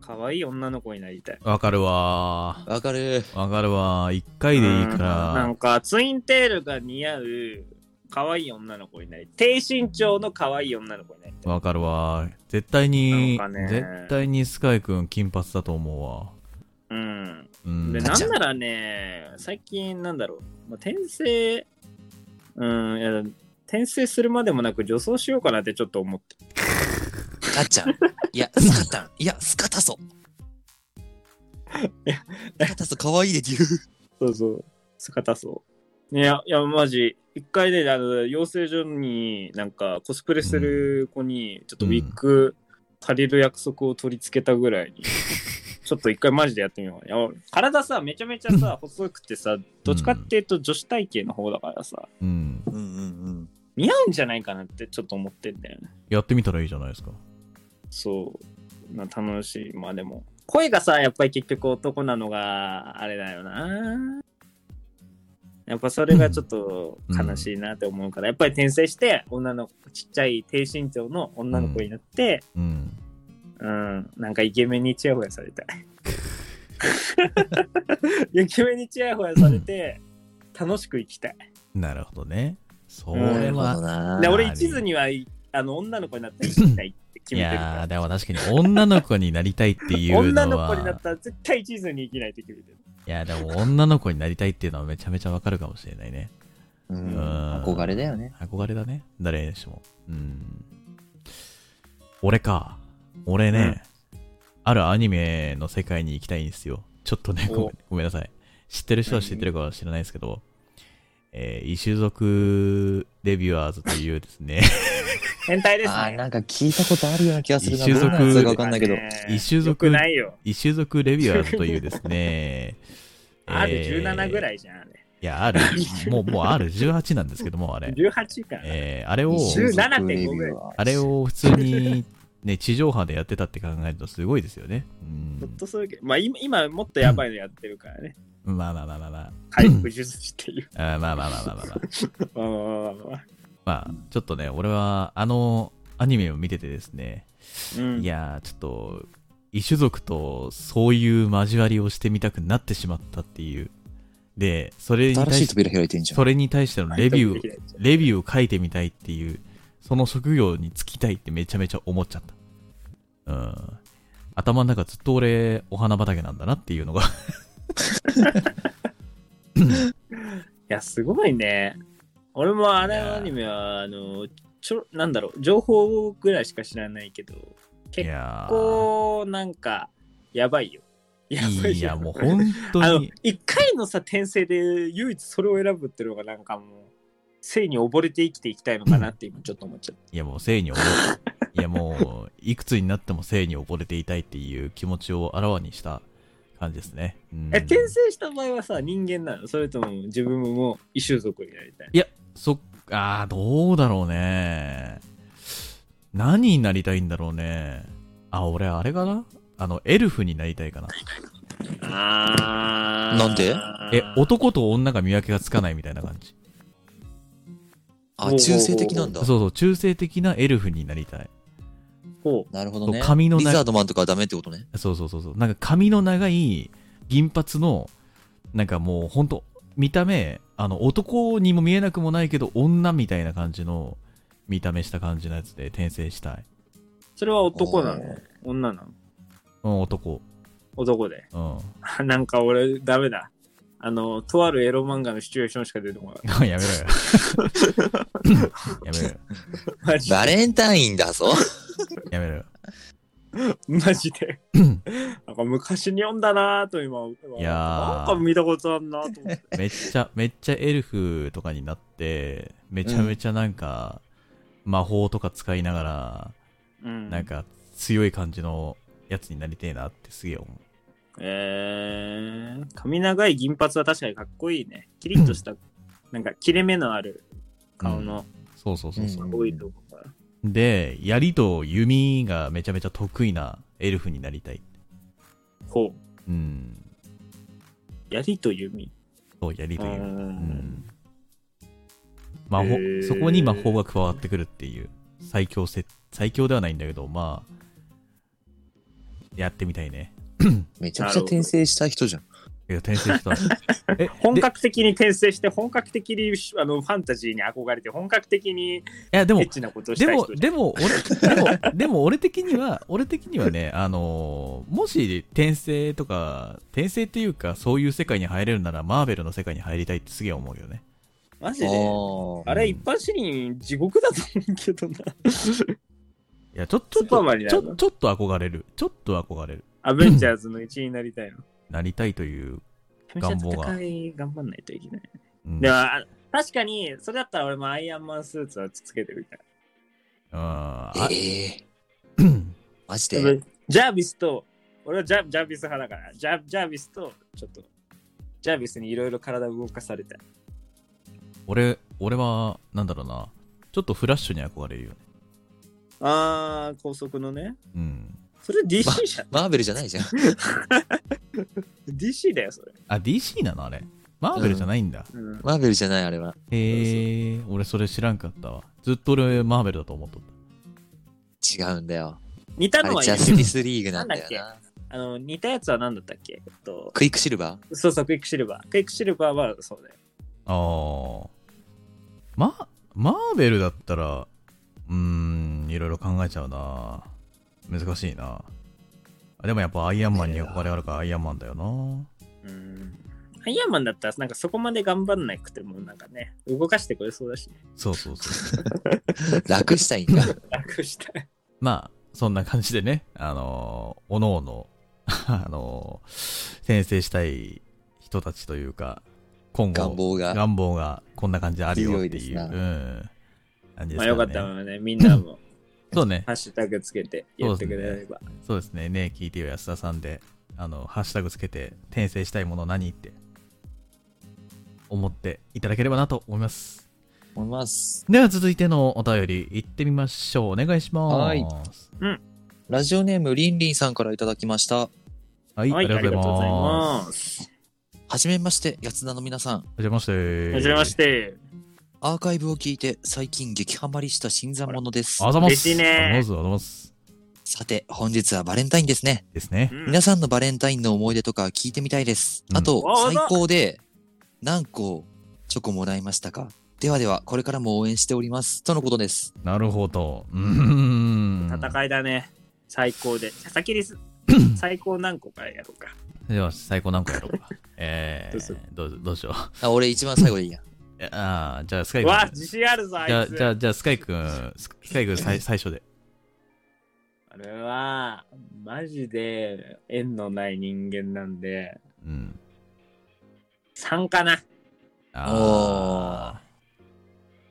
可愛、い女の子になりたい。わかるわわかる。ー。わかるわー。一回でいいかうんなんら。かツインテールが似合う可愛い女の子になり低身長の可愛い女の子になりたいわかるわー。絶対になんか、ね絶対にスカイくん金髪だと思うわ。うんうん。でガなチんャならね最近なんだろう、まあ、転生うんいや転生するまでもなく女装しようかなってちょっと思ってガッチ ャン。いや、スカタン。いや、スカタソ。いやスカタソかわいいで、デュー。そうそう姿そういやいやマジ一回ねあの養成所になんかコスプレする子にちょっとウィッグ借りる約束を取り付けたぐらいに、ちょっと一回マジでやってみよういや体さめちゃめちゃさ細くてさどっちかっていうと女子体型の方だからさうん。うんうんうん。似合うんじゃないかなってちょっと思ってんだよねやってみたらいいじゃないですか。そう、まあ、楽しいまあでも声がさやっぱり結局男なのがあれだよなやっぱそれがちょっと悲しいなって思うから、やっぱり転生して女の子ちっちゃい低身長の女の子になって、うん。うんなんかイケメンにチヤホヤされたいイケメンにチヤホヤされて楽しく生きたいなるほどね。そうんれなるほどは。なでな俺一途にはいあの女の子になって生きたいって決いめてるからやー、でも確かに女の子になりたいっていう女のの子になっは。たら絶対一途に生きないといけない。いや、でも女の子になりたいっていうのはめちゃめちゃわかるかもしれないね。うんうん憧れだよね。憧れだね誰にしてもうん俺か俺ね、あるアニメの世界に行きたいんですよちょっとねおごめんごめんなさい知ってる人は知ってるかは知らないですけど、えー異種族レビュアーズというですね変態ですあーね。なんか聞いたことあるような気がするな。一種ど族んなやつかわかんないけど。ね異種よ族くないよ。異種族レビュアーズというです ねあるえー17ぐらいじゃん、あれ。いやあるもうもうある18なんですけどもあれ、 18かな。えーあれを一種族17.5レビューぐらいはあれを普通に、ね、地上波でやってたって考えるとすごいですよね。うちょっん。とそういうけど、まあ今今もっとやばいのやってるからね。まあまあまあまあまあ。回復術してる。あーまあまあまあまあまあまあ。まあまあまあまあまあ、ちょっとね、俺はあのアニメを見ててですね、うんいやー、ちょっと、異種族とそういう交わりをしてみたくなってしまったっていう。で、それに新対しいし扉開いてんじゃん。それに対してのレビュ納得ー、できないレビューを書いてみたいっていう、その職業に就きたいってめちゃめちゃ思っちゃった。うん。頭の中ずっと俺、お花畑なんだなっていうのがいや、すごいね。俺もあれのアニメは、あの、ちょ、なんだろう、情報ぐらいしか知らないけど、結やーこう、なんか、やばいよ。やばいよ。いやもう本あ当のに一回のさ転生で唯一それを選ぶっていうのがなんかもう性に溺れて生きていきたいのかなって今ちょっと思っちゃっいやもう性に 溺れいやもういくつになっても性に溺れていたいっていう気持ちをあらわにした感じですね、うんた、え転生した場合はさ人間なのそれとも自分も異種族になりたいいやそっあーどうだろうね何になりたいんだろうねあ、俺、あれかなあの、エルフになりたいかな。あーなんでえ、男と女が見分けがつかないみたいな感じ。あ、中性的なんだそう。そう、中性的なエルフになりたい。ほなるほそどうね。髪のリ長ザーい、ドマンとかはダメってことね。そうそうそうそう、なんか髪の長い銀髪の、なんかもうほんと、見た目、あの、男にも見えなくもないけど、女みたいな感じの、見た目した感じのやつで転生したい。うそれは男なの女なのうん、男。男で。 うん。 あなんか俺、ダメだ。あの、とあるエロ漫画のシチュエーションしか出てこない。やめろよ。 やめろよ。マジバレンタインだ ぞ。やめろよ。マ ジで。なんか昔に読んだなぁと今、いやーなんか見たことあんなぁと思って。めっちゃ、めっちゃエルフとかになって、めちゃめちゃなんか、魔法とか使いながら、うん、なんか強い感じのやつになりてえなってすげえ思う。えー、髪長い銀髪は確かにかっこいいね。キリッとした、なんか切れ目のある顔の、そうそうそうそう。うん多いとこから。で、槍と弓がめちゃめちゃ得意なエルフになりたい。ほう。うん。槍と弓。そう、槍とう弓。うんん。魔法へー、そこに魔法が加わってくるっていう、最強せ、最強ではないんだけど、まあ、やってみたいね。めちゃくちゃ転生した人じゃん。いや、転生した。 え、本で格的に転生して、本格的にあのファンタジーに憧れて、本格的にいや、でエもッ、チなことをしでたいも人、じ でも、俺、でも、でも俺的には、俺的にはね、あのーもし転生とか、転生っていうか、そういう世界に入れるなら、マーベルの世界に入りたいってすげえ思うよね。ゃん。マジあで。ーあれ、一般市民地獄だと思うけどな。いや、ちょっと、スちパーょマンになちるょのちょっと憧れる。ちょっと憧れる。アベンジャーズの一員になりたいの。なりたいという。めちゃ願めち望ゃが戦い頑張んないといけない。うんでも、あ確かに、それだったら俺もアイアンマンスーツはつけてみたい。うんあ ええ。マジジで。ャービスと、俺はジャジャービス派だから、ジャジャービスと、ちょっと、ジャービスにいろいろ体動かされたい。俺、俺は、なんだろうな。ちょっとフラッシュに憧れるよね。あー、高速のね。うん。それ DC じゃん。マーベルじゃない じゃん。 DC だよ、それ。あ、DC なのあれ。マーベルじゃないんだ。うん、マーベルじゃない、あれは。へえ、俺それ知らんかったわ。ずっと俺、マーベルだと思っとった。違うんだよ。似たあのはいれ、ジャいスティスリーグなんだよな。あの似たやつは何だったっけ、えっと、クイックシルバーそうそう、クイックシルバー。クイックシルバーはそうだよ。ああ。ま、マーベルだったら、うーん、いろいろ考えちゃうな。難しいな。あでもやっぱアイアンマンに憧れあるからアイアンマンだよな。うん。アイアンマンだったら、なんかそこまで頑張んなくても、なんかね、動かしてくれそうだし、ね、そうそうそう。楽したいん だ。楽したい。まあ、そんな感じでね、あのー、おのおの、 あのー、転生したい人たちというか、今後、願望が。願望がこんな感じであるよってい強いう、ですなうん、感じですからまあね。よかったらね、みんなも、そうねハ。ッシュタグつけて言ってくれれば。そうですね。ねえ聞いてよ、安田さんで、あの、ハッシュタグつけて、転生したいもの何って、思っていただければなと思います。思います。では、続いてのお便り、行ってみましょう。お願いします。ははいい。ラジオネーム、リンリンさんからいただきました。ありがとうございます。す。はじめまして、やつなの皆さん。はじめまして。はじめまして。アーカイブを聞いて、最近激ハマりした新参者ですあ。ざます。嬉しいあねざます、あざます。さて、本日はバレンタインですね。ですねう。ん皆さんのバレンタインの思い出とか聞いてみたいです。うんあとあ、最高で何個チョコもらいましたかではでは、これからも応援しております。とのことです。なるほど。うーん。戦いだね。最高で。佐々木リ ス、最高何個からやろうか。では、最高何個やろう か。えどうするー、どうぞどうしよう。あ俺一番最後でいい や。えあーじゃあ、スカイう君。わ、自信あるぞ、あじゃあ、いつ。じゃあ、じゃあ、スカイ君、ススカイ君最最初で。あれは、マジで縁のない人間なんで、うん。 3かな、あ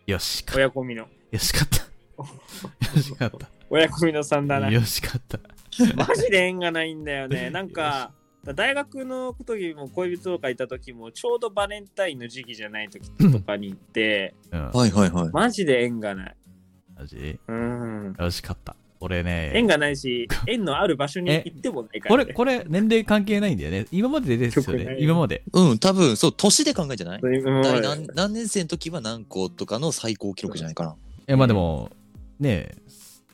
ーよしか、親込みの。よしかった。よしかった。親込みの3だな。よしかった。マジで縁がないんだよね。なんか、大学の時も恋人とかいた時も、ちょうどバレンタインの時期じゃない時とかに行って、 うん。はいはいはい。マジで縁がない。マジうん。よしかった。俺縁ね、がな いし、縁のある場所にえ行ってもないから、これ、ね。これ、年齢関係ないんだよね。今までですよよくなね。い今まで。うん、多分、そう、年で考えじゃないれ、今ま大で何何年生の時は何個とかの最高記録じゃないかえ、まあでも、ねえ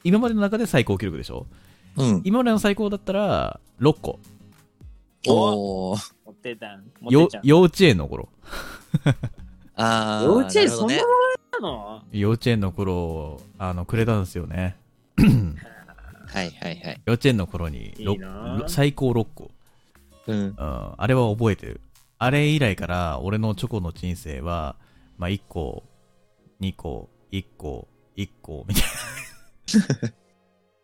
今までの中で最高記録でしょな。うん。今までの最高だったら、6個。おー。持ってたん。持ってよちゃん。幼稚園の頃。あー。幼稚園なるほそどんなねもんなの幼稚園の頃、あの、くれたんですよね。はいはいはい。幼稚園の頃にろいいなあろ最高6個、うん。うん、あれは覚えてるあれ以来から俺のチョコの人生は、まあ、1個2個1個1個みたい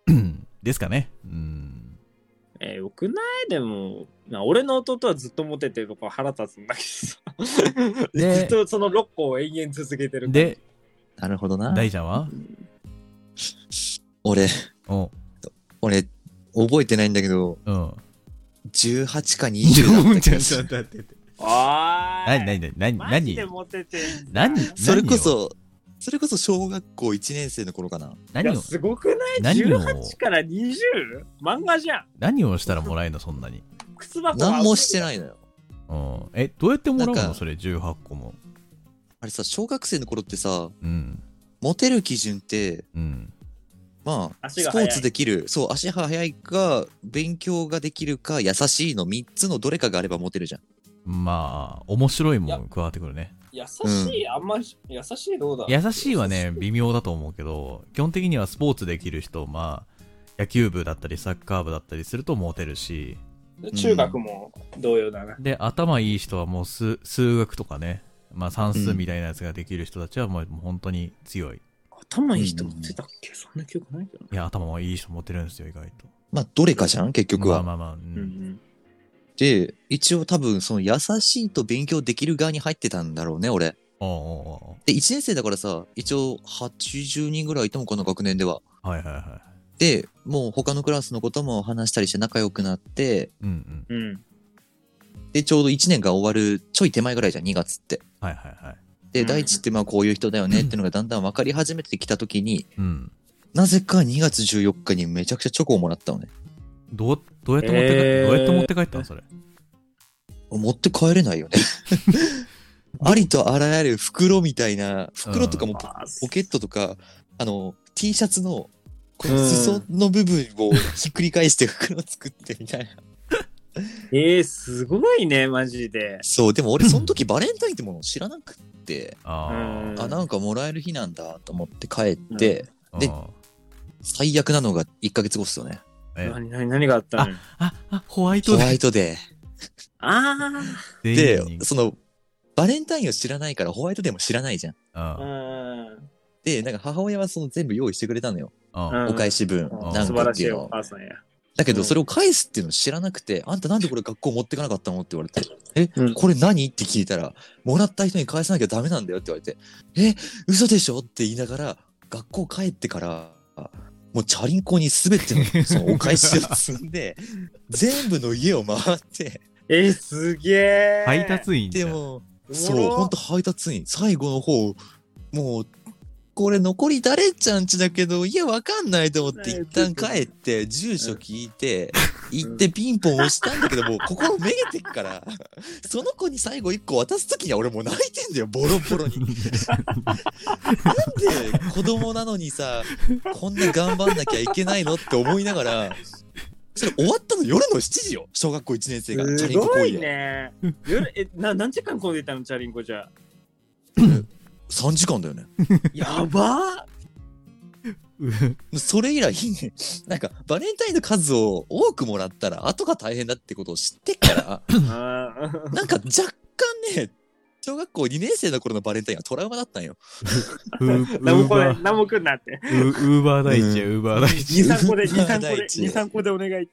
な ですかねうんえー、よくないでも、な俺の弟はずっとモテてるとこ腹立つんだけどさ。で ずっとその6個を永遠続けてる。でなるほどな。大ちゃんは俺、お俺、覚えてないんだけど、うん18か20だった気がする。だってあー い何何何マジ何でモテてんな何それこそ、それこそ小学校1年生の頃かな。い何やをすごくない何を ?18 から 20? 漫画じゃん何をしたらもらえるのそんなに、靴箱何もしていないのよ。うん、えどうやってもらうなんのかそれ18個もあれさ、小学生の頃ってさ、うんモテる基準って、うんまあ、足スがポ速いーツできる、そう、足速いか、勉強ができるか、優しいの3つのどれかがあればモテるじゃん。まあ面白いもん加わってくるね優しい、あんまし優しいどうだ優しいはね微妙だと思うけど基本的にはスポーツできる人まあ野球部だったりサッカー部だったりするとモテるし中学も同様だな、で頭いい人はもう数数学とかねまあ算数みたいなやつができる人たちはもうもう本当に強い頭いい人持ってたっけ、そんな記憶ないけどないや頭もいい人モテるんですよ意外とまあ、どれかじゃん、結局は。まあまあまあ、うんうんで、一応多分、その優しいと勉強できる側に入ってたんだろうね、俺。おうおうおで、1年生だからさ、一応80人ぐらいいたもん、この学年では。うはいはいはで、もう他のクラスのことも話したりして仲良くなって、いうんうんうんうんで、ちょうど1年が終わるちょい手前ぐらいじゃん、2月って。はいはいはいで、うん大地ってまあこういう人だよねってのがだんだん分かり始めてきた時に、うんなぜか2月14日にめちゃくちゃチョコをもらったのね。どうどうやって持って帰、えーどうやって持って帰ったのそれ持って帰れないよ ね。ありとあらゆる袋みたいな、袋とかもポあポケットとか、あの、T シャツの、こうのん裾の部分をひっくり返して 袋作ってみたいな。えー、すごいねマジでそう、でも俺その時バレンタインってものを知らなくって、あうんあ、なんかもらえる日なんだと思って帰って、あであ最悪なのが1ヶ月後っすよね。え何何何があったのよああホワイホトデワイートデあー。全員にで、その、バレンタインを知らないからホワイトデーも知らないじゃん。あうんうんで、なんか母親はその全部用意してくれたのよ。うんうんお返し分、んな素晴んかっらてしいいうのおを。母さんやだけうどんそれを返すっていうのを知らなくて、あんたなんでこれ学校持ってかなかったのって言われて、え、うんこれ何って聞いたら、もらった人に返さなきゃダメなんだよって言われて、え、嘘でしょって言いながら、学校帰ってから、もうチャリンコに全てのそのお返しを積 んで、全部の家を回って、えー、すげえ配達員じでゃんも、おもそう、ろほんと配達員、最後の方、もう、これ残り誰ちゃんちだけど、いや、わかんないと思って、ね一旦帰って、住所聞いて、行ってピンポン押したんだけど、もう心めげてっから、その子に最後一個渡すときには俺もう泣いてんだよ、ボロ ボロに。なんで子供なのにさ、こんな頑張んなきゃいけないのって思いながら、それ終わったの夜の7時よ、小学校1年生が、チャすリンコご行為いで。ね夜えな何時間混んでいたのチャリンコじゃ3時間だよね。やばそれ以来、 なんか、バレンタインの数を多くもらったら、後が大変だってことを知ってっから、ーあー なんか若干ね、小学校2年生の頃のバレンタインはトラウマだったんよ。 ウ何もーこれバー何も来んなってウーバー大地やウーバー大地23個でウ23ーバー個で第一23個でお願い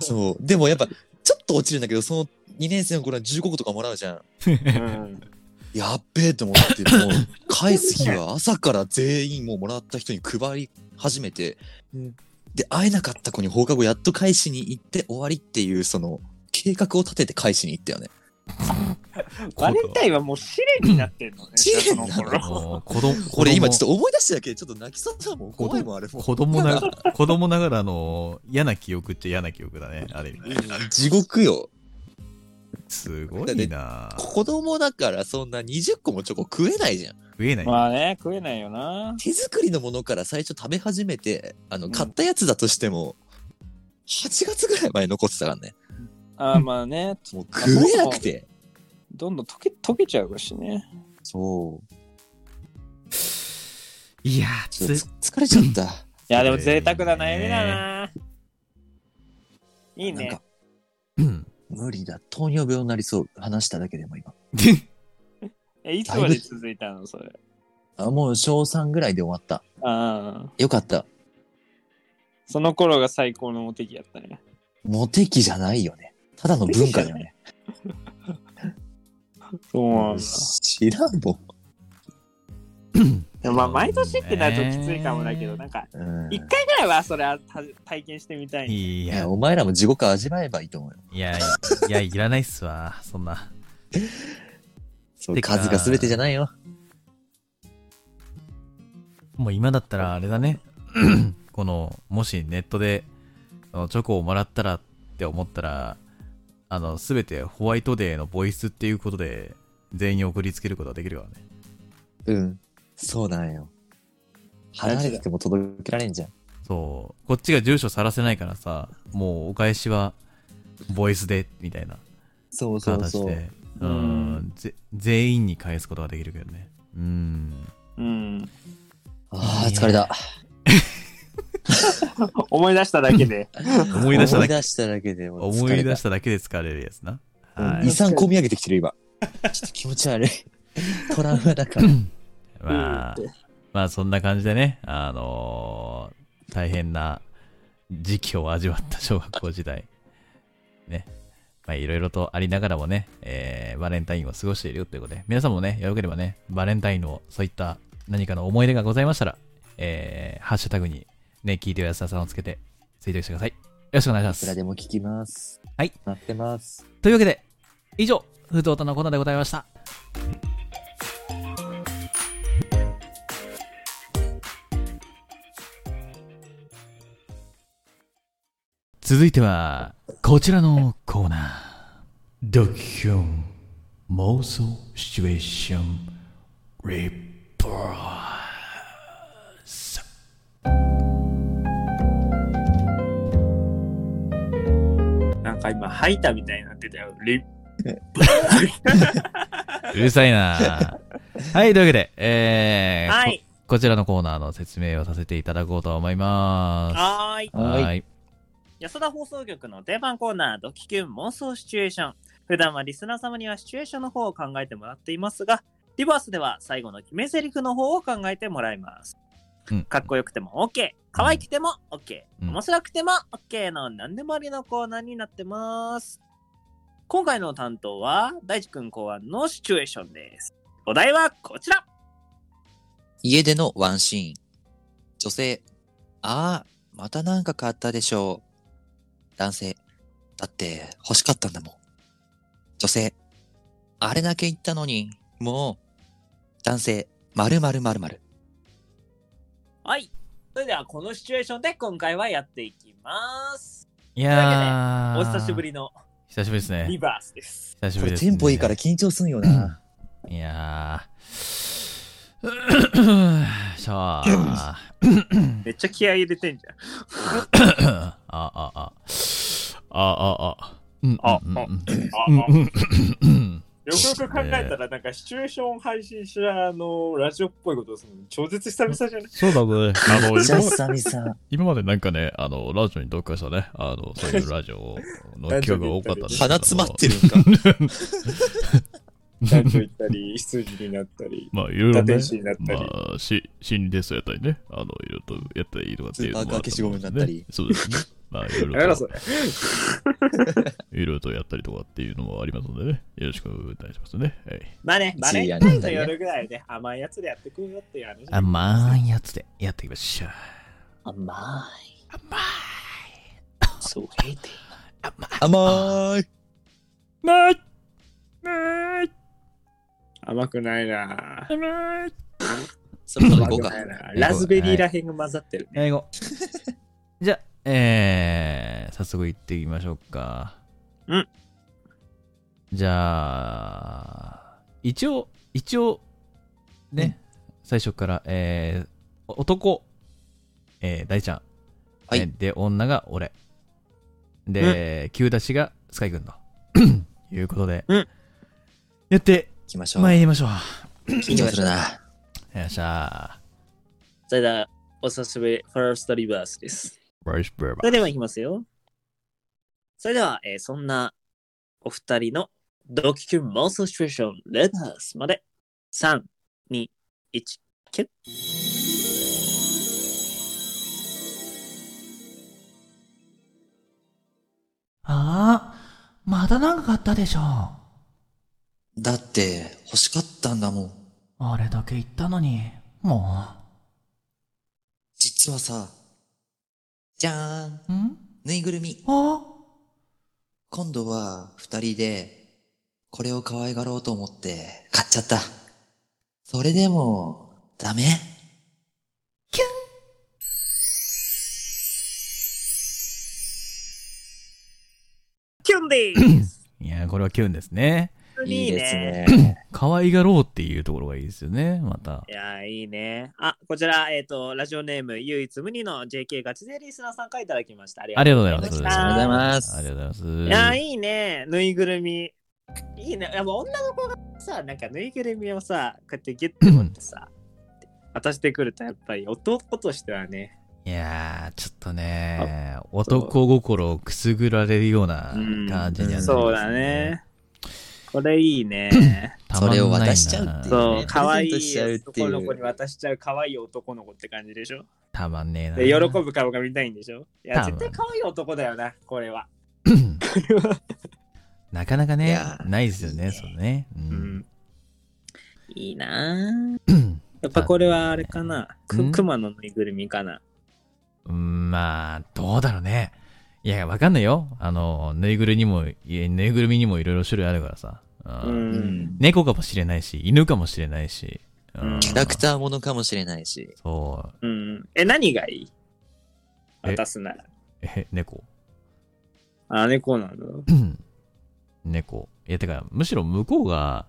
そう。でもやっぱ、ちょっと落ちるんだけど、その2年生の頃は15個とかもらうじゃん。うんやっべえと思って、もう、返す日は朝から全員もうもらった人に配り始めて、うんで、会えなかった子に放課後やっと返しに行って終わりっていう、その、計画を立てて返しに行ったよね。バレンタインはもう試練になってんのね。試練なのその頃もう子 供、これ今ちょっっと思い出しただけでちょっと泣きそうだもん。怖いもん、あれも。子供な、子供ながらの嫌な記憶っちゃ嫌な記憶だね。ある意味。地獄よ。すごいな子供だからそんな20個もチョコ食えないじゃん。食えない。まあね、食えないよな。手作りのものから最初食べ始めて、あうの、ん買ったやつだとしても、8月ぐらいまで残ってたからね。あーまあね、もう食えなくて。どんどん溶け溶けちゃうしね。そう。いやーちょっとつ、疲れちゃった。いや、でも贅沢な悩みだな。いいなんねか。、うん。 無理だ。糖尿病になりそう。話しただけでも今。え、いつまで続いたのそれ。あ、もう小3ぐらいで終わった。ああ。よかった。その頃が最高のモテ期やったね。モテ期じゃないよね。ただの文化だよね。そうなんだ。知らんもん。でもまあ、毎年ってなるときついかもだけど、なんか、うん一回ぐらいはそれはた体験してみたいね。いいやや、、お前らも地獄味わえばいいと思うよ。いや、いや、いらないっすわ。そんな。そうてか数が全てじゃないよ。もう今だったらあれだね。 この、もしネットで、あのチョコをもらったらって思ったら、あの、すべてホワイトデーのボイスっていうことで、全員に送りつけることができるからね。うん。そうなんよ。離れてても届けられんじゃん。そう。こっちが住所さらせないからさ、もうお返しは、ボイスで、みたいなそうそう形そう。で、ううんん、ぜ全員に返すことができるけどね。うん。うん。ああ、疲れた。思い出しただけで。 思い出しただけ、だけでもう疲思れいた出しただけで疲れるやつな。はういん胃。酸こみ上げてきて る今。ちょっと気持ち悪い。トラウマだから。まあ、まあそんな感じでね、あのー大変な時期を味わった小学校時代、ね、まあいろいろとありながらもね、えーバレンタインを過ごしているよということで、皆さんもね、よければね、バレンタインのそういった何かの思い出がございましたら、えーハッシュタグにね、聞いてる安田さんをつけてツイートしてください。よろしくお願いしまいくらす。でも聞きます。はい。待ってます。というわけで、以上、ふとおたのコーナーでございました。続いては、こちらのコーナー。ドキュン妄想シチュエーションリポース。なんか今、吐いたみたいになってたよ。リッうるさいなはい、というわけで、えーはい。こ、こちらのコーナーの説明をさせていただこうと思います。はーい。はいはい。安田放送局の定番コーナー、ドキキュン妄想シチュエーション。普段はリスナー様にはシチュエーションの方を考えてもらっていますが、リバースでは最後の決め台詞の方を考えてもらいます。うんかっこよくても OK、可愛くても OK、うん面白くても OK の何でもありのコーナーになってます。今回の担当は大地君考案のシチュエーションです。お題はこちら家でのワンシーン。女性、ああ、またなんか買ったでしょう。男性、だって欲しかったんだもん。女性、あれだけ言ったのに、もう。男性、まるまるまるまる。はい。それではこのシチュエーションで今回はやっていきます。いやーお久しぶ。りの久しぶりですリね。バースです。久しこぶりれです、テね。ンポいいから。緊張すんよな。いやー。シャワー。めっちゃ気合い入れてんじゃん。あああ。あああ。うんあうんうんああうんうんよくよく考えたら、なんかシチュエーション配信しら、あの、ラジオっぽいことをするの超絶久々じゃ ないそうだね。あの、じゃあ、今久々。今までなんかね、あの、ラジオに特化したね、あの、そういうラジオの企画が多かったんですけど。鼻詰まってるんか。男女行ったり、羊になった り、まあ、いろいろ堕ね天。使になったり。まあ、し心理テストやったりね、あの、いろいろとやったりとかっていうのもあったと思うんですねスーパーカー消しゴムになったりそう ですね。まあ、いろいろと。やめろ、それ。いろいろとやったりとかっていうのもありますのでね、よろしくお願いしますね。はい、まあね、バレンタインの夜ぐらいで甘いやつでやってくるよっていう話。甘いやつでやっていきましょう。甘い。そう、ヘイテ甘ーい。まあ、甘くないな。そろそ甘ろ行こうくな。いかな。ラズベリーらへんが混ざってるね。英 語。じゃあ、えー、早速行ってみましょうか。うん。じゃあ、一応、一応、ね、最初から、えー、お男、えー、大ちゃん。はいえーで、女が俺。で、急出しがスカイ君 と。いうことで。うんやって、行きましょう。参りましょう。緊張するな。よっしゃそれでは、お久しぶり、ファーストリバースです。ー。バイスブーバそれでは行きますよ。それでは、えーそんなお二人のドキュン妄想シチュエーションレタースまで3、2、1、キュッ。ああ、またなんか買ったでしょ。だって、欲しかったんだもん。あれだけ言ったのに、も実はさ、じゃーん。う。んぬいぐるみ。あ今度は二人で、これを可愛がろうと思って買っちゃった。それでも、ダメキュンです。ー。いやー、これはキュンですね。いいね。。可愛がろうっていうところがいいですよね、またい。やー、いいね。あ、こちら、えっ、と、ラジオネーム、唯一無二の JK ガチでリスナーさんからいただきました。ありありがとうございます。いましたありがとうございますありがとうございまいやす。ー、いいね。ぬいぐるみ。いいね。やっぱ女の子がさ、なんかぬいぐるみをさ、こうやってギュッて持ってさ、渡してくると、やっぱり男としてはね、いやー、ちょっとね、男心をくすぐられるような感じにはなりますねそうだね。。これいいね。たまんないなそれを渡しちゃうっていねそう、可愛いプレゼントしちゃうっていう男の子に渡しちゃう可愛い男の子って感じでしょ。たまんねえな。で、喜ぶ顔が見たいんでしょ。いや、多分絶対可愛い男だよな、これは。なかなかいねや、ーないですよね、そうね。ううんん。いいなぁ。やっぱこれはあれかな。うんく、熊のぬいぐるみかな。うん、まあ、どうだろうね。いや、わかんないよ。あの、ぬいぐるみにも、いやぬいぐるみにもいろいろ種類あるからさ。ううんん。猫かもしれないし、犬かもしれないし。うんキャラクターものかもしれないし。そう。うん。え、何がいいえ渡すなら。え、猫。 あ、猫なのうん猫。いや、てか、むしろ向こうが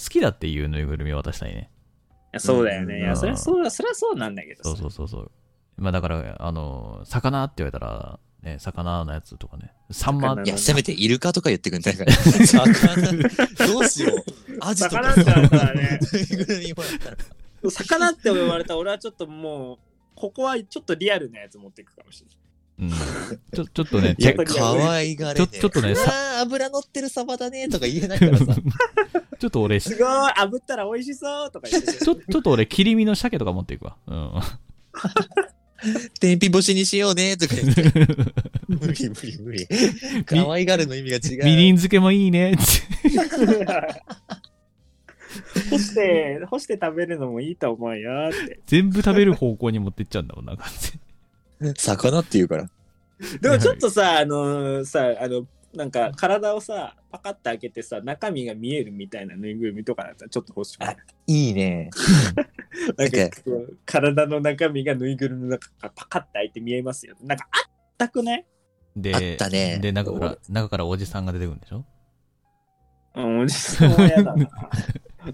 好きだっていうぬいぐるみを渡したいね。いやそうだよね。いうんや、そりゃそうだ、そりゃそうなんだけどそうさ。そうそうそう。まあだから、あの、魚って言われたら、ね、魚のやつとかね。サンマ魚いいや、やせめてイルカとか言ってくんないから。魚、どうしよう。アジとかさ。魚だから ねぬいぐるみもらったら魚って言われたら俺はちょっともう、ここはちょっとリアルなやつ持っていくかもしれない。うん、ちょ、ちょっとね、いや、ちょ可愛がれねちえ。ょちょっとねさうわー油乗ってるサバだねとか言えないからさ。ちょっと俺、すちごい炙ったら美味しそうとか言ってょ、 ちょっと俺、切り身の鮭とか持っていくわ。うん。 天日干しにしようねとか言って。無理無理無理。可愛がるの意味が違う。みりん漬けもいいね。 って干して干して食べるのもいいと思うよって全部食べる方向に持ってっちゃうんだもんな、完全に魚って言うから。でもちょっとさあのーさあのなんか体をさパカッて開けてさ中身が見えるみたいなぬいぐるみとかだったらちょっと欲しくないいいね。 なんかこう体の中身がぬいぐるみの中からパカッて開いて見えますよなんかあったくないで、あったねで、中から、中からおじさんが出てくるんでしょうんおじさんは嫌 だな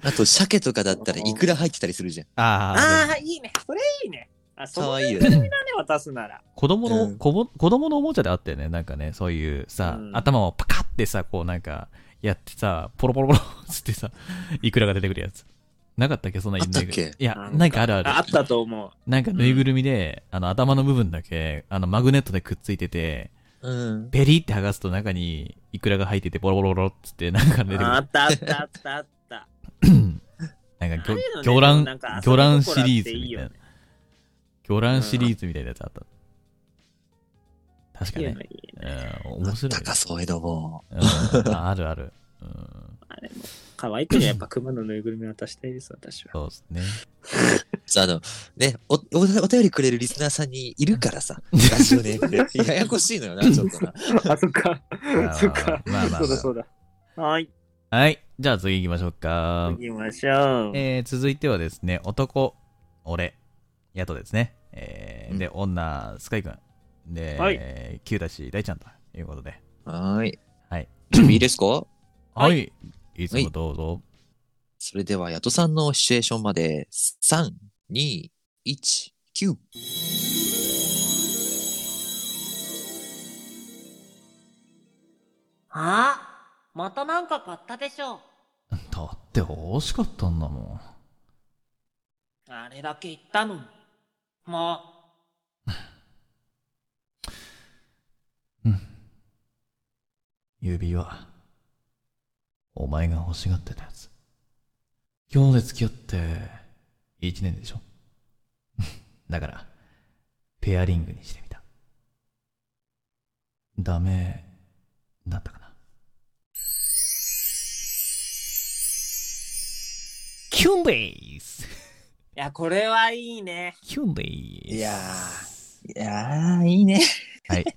あと、鮭とかだったらいくら入ってたりするじゃん。ああ、ああいいねそれいいねあそ可う愛いよだねね。渡すなら子供の、うんこぼ子供のおもちゃであったよね。なんかね、そういうさ、うん頭をパカってさ、こうなんか、やってさ、ポロポロポロつってさ、いくらが出てくるやつ。なかったっけそんなあったっけいや、なんかあるある。あったと思うなんかぬいぐるみで、あの、頭の部分だけ、あの、マグネットでくっついてて、うん。ペリって剥がすと中に、いくらが入ってて、ボロボロボロっつって、なんか出てくああったあったあったあったる。 なんかああいうのね魚、魚な卵んか、遊び魚卵シ心あってリーズみたいいいよなね。魚卵シリーズみたいなやつあった。確かいいよねね。いいよねうん、あ面っ白いたよ。か、そういうのも。うんああるある。うん、あれも可愛いけどやっぱ熊のぬいぐるみ渡したいです、私は。そうですね。そうあの、ね、お、おお便りくれるリスナーさんにいるから さ。ラジオネームで。ややこしいのよな、ちょっとな。 あ、そっか。あーそっか。まあまあまあそうだそうだ。はーい。はい。じゃあ次行きましょうか。行きましょう。えー続いてはですね、男、俺、ヤトですね。えーうんで、女、スカイくん。で、はいえー Q だし、大ちゃんということで。はーい。はい。準備いいですかは。はいいつもどうぞ。それでは、ヤトさんのシチュエーションまで、3、2、1、9。あまたなんか買ったでしょだって欲しかったんだもん。あれだけ言ったのにも指輪。お前が欲しがってたやつ。今日で付き合って、1年でしょ。 だから、ペアリングにしてみた。ダメ、だったかな。キュンベイスういやこれはいいねキュンベイスいやいやー、いいね。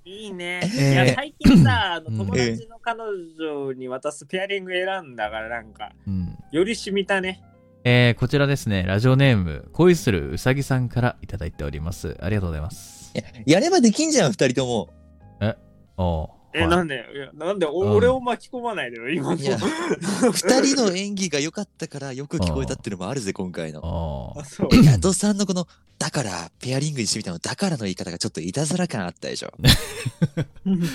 いいね。ーいや最近さ、あのうん友達の彼女に渡すペアリング選んだから、なんか、うん。より染みたね。えー、こちらですね、ラジオネーム、恋するうさぎさんからいただいております。ありがとうございます。やればできんじゃん、二人とも。おーえ、なんで、いやなんで、おうん俺を巻き込まないでよ、今の い。や、二人の演技が良かったからよく聞こえたっていうのもあるぜ、今回の。おーあ、そう。 ヤトさんのこの、だから、ペアリングにしてみたの、だからの言い方がちょっといたずら感あったでしょ。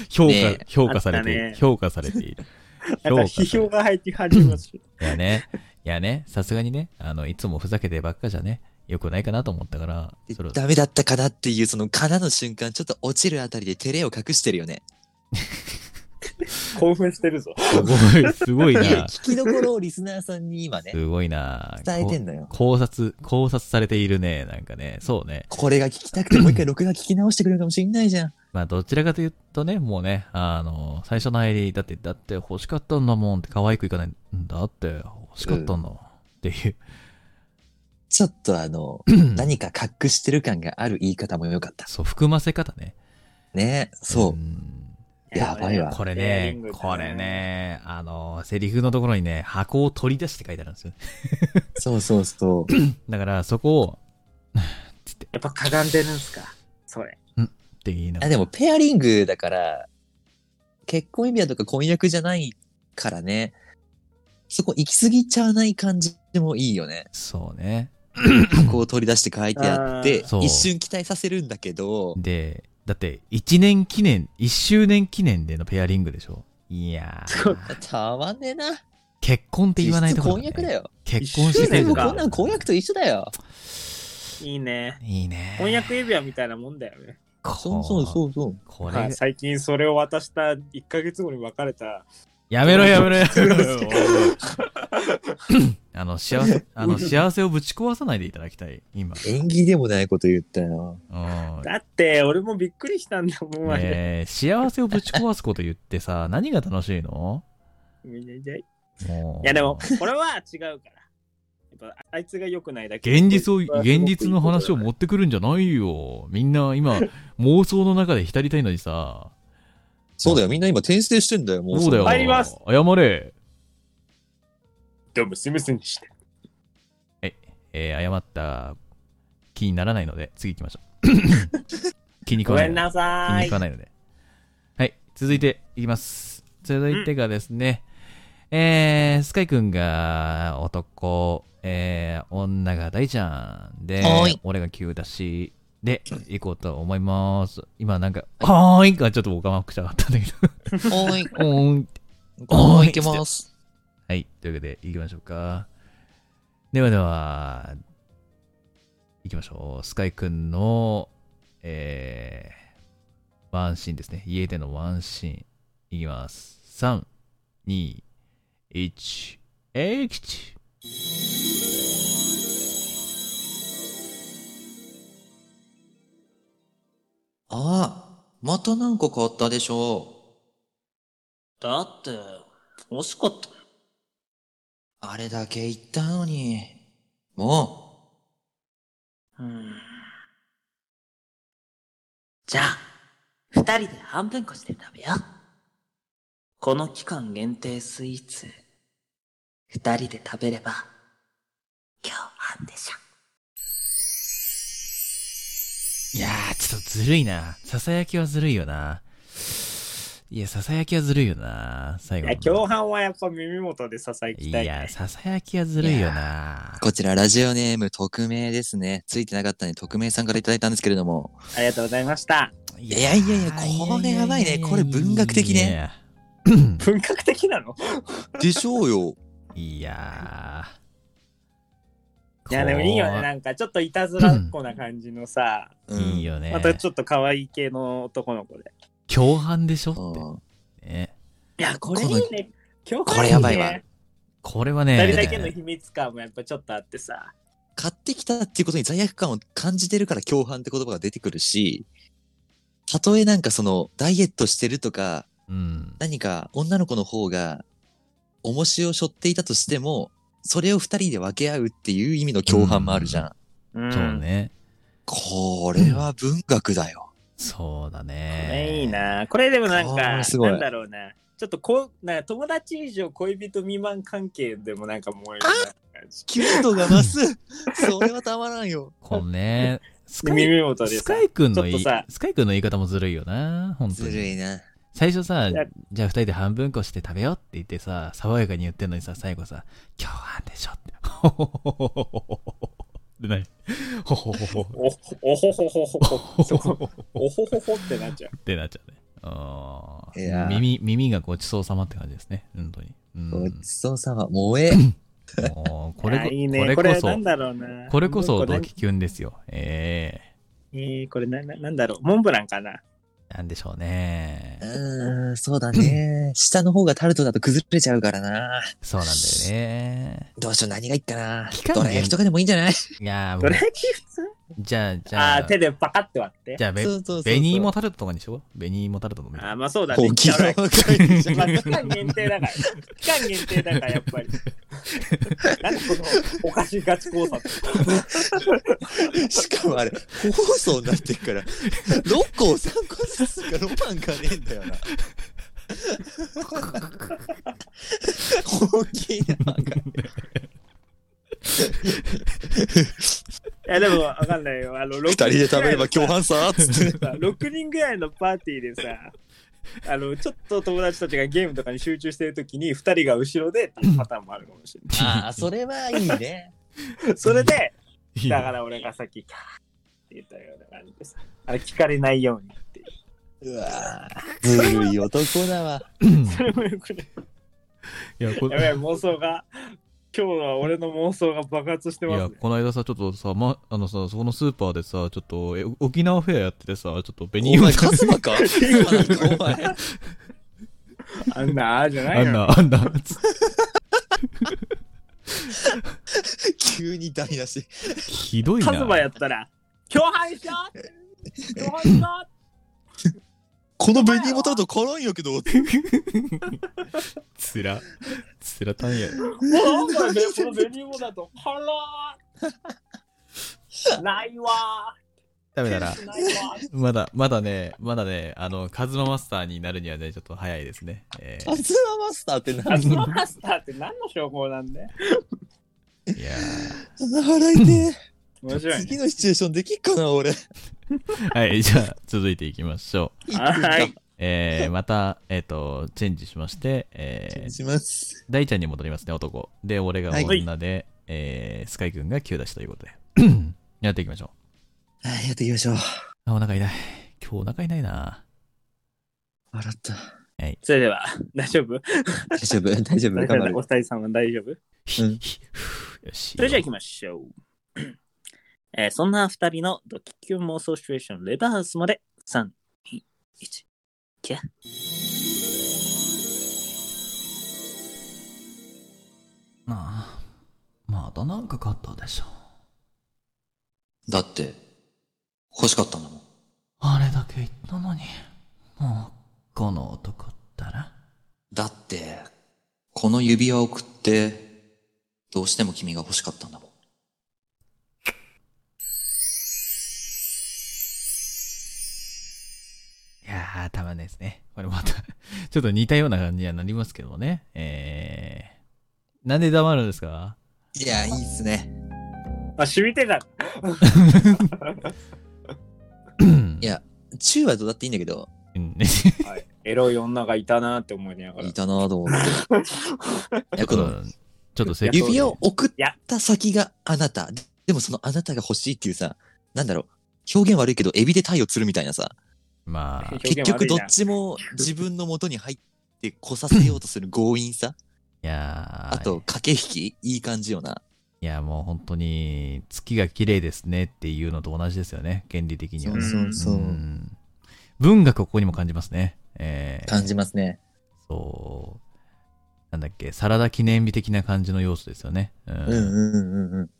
評価、ねえ評価されていあったる。ね評価されている。 なんか批評が入って始ま しいやね、いやね、さすがにね、あの、いつもふざけてばっかじゃね、よくないかなと思ったから、でそれをダメだったかなっていう、その、かなの瞬間、ちょっと落ちるあたりで照れを隠してるよね。興奮してるぞ。すごい、すごい いや、な、聞きどころをリスナーさんに今 ね、すごいな、伝えてんこのよ。考察、考察されているね、なんかね、そうね。これが聞きたくて、もう一回録画聞き直してくれるかもしんないじゃん。まあ、どちらかというとね、もうね、あの、最初の入り、だって、だって欲しかったんだもんって、可愛くいかないんだって、欲しかったんだもんっていう。 ちょっとあの、何か隠してる感がある言い方も良かった。そう、含ませ方ね。ね。そう。んやばいわこれペアねリング、だこれ。ね、あの、セリフのところにね、箱を取り出して書いてあるんですよ。そうそうそう。だから、そこを、やっぱかがんでるんすか。それ。って言いながらあでも、ペアリングだから、結婚指輪とか婚約じゃないからね、そこ行き過ぎちゃわない感じもいいよね。そうね。箱を取り出して書いてあってあー、そう一瞬期待させるんだけど、で、だって、1年記念、1周年記念でのペアリングでしょ。いやー、たまんねえな。結婚って言わない実と質ころ、婚約だ。よ。結婚して一周年もうかこんなん婚約と一緒だよ。いいね。いいね。婚約指輪みたいなもんだよね。こそうそうそうそう。こはれい、、最近それを渡した1ヶ月後に別れ た。やめろやめろやめろよ。 あの、幸 せ、あの、幸せをぶち壊さないでいただきたい、今。縁起でもないこと言ったよ。 うん。だって、俺もびっくりしたんだもん、あれ。ねえ幸せをぶち壊すこと言ってさ、何が楽しいのいもうや、でも、これは違うから。やっぱ、あいつが良くないだけ。現実を、こいつはすごく現実の話をいい持ってくるんじゃないよ。みんな今、妄想の中で浸りたいのにさ。そうだよ。みんな今転生してんだよ。もうそうだよ。入ります謝れ。ことだ。どうもすみませんでした。えー謝った気にならないので、次行きましょ う。気に食ごわなめいんので。なさ気にーい食わ。ないので。はい、続いていきます。続いてがですね、えー、スカイくんが男、えー、女が大ちゃんではーい、俺が急だし、で、行こうと思います。今なんか、はーいがちょっと僕はまくしゃかったんだけど。おい。うーんおい、行けます。はい、というわけで行きましょうか。ではでは、行きましょう。スカイくんの、えー、ワンシーンですね。家でのワンシーン。いきます。3、2、1、エキチああ、またなんか変わったでしょだって欲しかったう。あれだけ言ったのに。もうんじゃあ二人で半分こして食べようこの期間限定スイーツ二人で食べれば、今日半でしょ。いやー、ちょっとずるいな。ささやきはずるいよな。いや、ささやきはずるいよな。最後や、の。共犯はやっぱ耳元で支えきいたい、や、ね。ささやきはずるいよな。こちらラジオネーム匿名ですね。ついてなかったね。匿名さんからいただいたんですけれども。ありがとうございました。いやいやいやいやこれやばいねこれ文学的ね。文学的なのでしょうよ。いやー。いや、でもいいよね。なんかちょっといたずらっ子な感じのさ、うんいいよね。またちょっと可愛い系の男の子で。共犯でしうょんって、ね。いや、これいいね。共犯これやばいわ。これは二ね。人だけの秘密感もやっぱちょっとあってさ。買ってきたっていうことに罪悪感を感じてるから共犯って言葉が出てくるし、たとえなんかそのダイエットしてるとか、うん。何か女の子の方が重しを背負っていたとしても、それを二人で分け合うっていう意味の共犯もあるじゃん。うんそう。ね。これは文学だよ。そうだこね。れいい。な。これでもなんこか、れすごいなんだろうな。ちょっとこう、なんか友達以上恋人未満関係でもなんか燃えるな感じ。キュートが増す。それはたまらんよ。このね。スカイ耳元でスさカ。イ君のいちょっとさスカイ君の言い方もずるいよな、本当ずるに。いな。最初さいや、じゃあ二人で半分こして食べようって言ってさ、爽やかに言ってんのにさ、最後さ、今日はでしょって。ほほほほほほほほで何ほほほほおおほほほほほ。ほそほほこほおほほほってなっちゃう。ってなっちゃうね。いあやーー耳、耳がごちそうさまって感じですね、本当に。うんごちそうさま。萌え。もうこれあこいいね。ここれこれそなん、だろうな。これこそ、これドキキュンですよ。ええー、これなななんだろう。モンブランかな。え、なんでしょうね。うーん、そうだね。下の方がタルトだと崩れちゃうからな。そうなんだよね。どうしよう、何がいいかな期。間限どら焼きとかでもいいんじゃないいやー、もどうら焼きじゃあ、じゃああ、あー、手でパカって割って。じゃあ、べそうそうそうそう紅芋タルトとかにしよう。紅芋タルトのみたいあなーまあそうだね。沖 縄まあ会じゃん期間限定だから。期間限定だから、やっ ぱり。なんでこのおかしいガチ考察。しかもあれ、個包装になってるから、6個を3個ずつがロマンがねえんだよな。大きいな、なんか。いや、でもわかんないよ。あの、6二人で食べれば共犯さ、つって。 6人ぐらいのパーティーでさ、あの、ちょっと友達たちがゲームとかに集中してるときに、2人が後ろでっていうパターンもあるかもしれああ、それはいいね。ない。それで、いいだかよ。ら俺がさっき、キャーって言ったような感じでさ、あれ聞かれないようにっていう。うわーずるい男だわ。それもよくない。いや、こやばい、妄想が、今日は俺の妄想が爆発していまやすね。この間さ、ちょっとさ、ま、あのさ、そこのスーパーでさ、ちょっと、え沖縄フェアやっててさ、ちょっと紅お芋前、カズマかカズマなんかお前。あんな、あーじゃなあいんよ。な、あんな、つ急に台無し。ひどいな。カズマやったら、共犯しよう共犯しようこの紅芋タルト辛いんやけど。つら、つらたんや。もうなんかね、この紅芋だと、ハローないわダメだな。ーないわーまだ、まだね、まだね、あの、カズママスターになるにはね、ちょっと早いですね。えカズママスターってカ何ズママスターって何の称号なんだよー、いや払いて面白え。い、ね。次のシチュエーションできっかな、俺。ーはい、じゃあ、続いていきましょう。はい。えー、また、えっ、と、チェンジしまして、えー、します。大ちゃんに戻りますね、男。で、俺が女で、えー、スカイ君が9出しというこ とで。やっていきましょはい、やっていきましょう。う。あ、お腹痛い。今日お腹痛いな。笑った。 それでは、大丈夫大丈夫、大丈夫、頑張るお。二人さんは大丈夫うんよし。それじゃあ行きましょう。えーそんな二人のドキキュン妄想シチュエーションレバースまで3、2、1。キャなあ、またなんか買ったでしょ。だって、欲しかったんだもん。あれだけ言ったのに、もう、この男ったら。だって、この指輪を送って、どうしても君が欲しかったんだもん。いやー、たま んないですね。これまた、ちょっと似たような感じにはなりますけどもね。えなんで黙るんですかいや、いいっすね。あ、染みてた。いや、チューはどうだっていいんだけど、うん はい、エロい女がいたなって思いながらい。たなぁと思 って。いや、この、 ちょっとせっ指を送った先があなた。でもそのあなたが欲しいっていうさ、なんだろう、表現悪いけど、エビで鯛を釣るみたいなさ、まあ、表結現悪局いどなっちも自分の元に入ってこさせようとする強 引さ、いやーあと駆け引き、いい感じよな。いやもう本当に月が綺麗ですねっていうのと同じですよね原理的にはねそうう、ん文学をここにも感じますねえー感じますね。そうなんだっけサラダ記念日的な感じの要素ですよねうん、うんうんうんう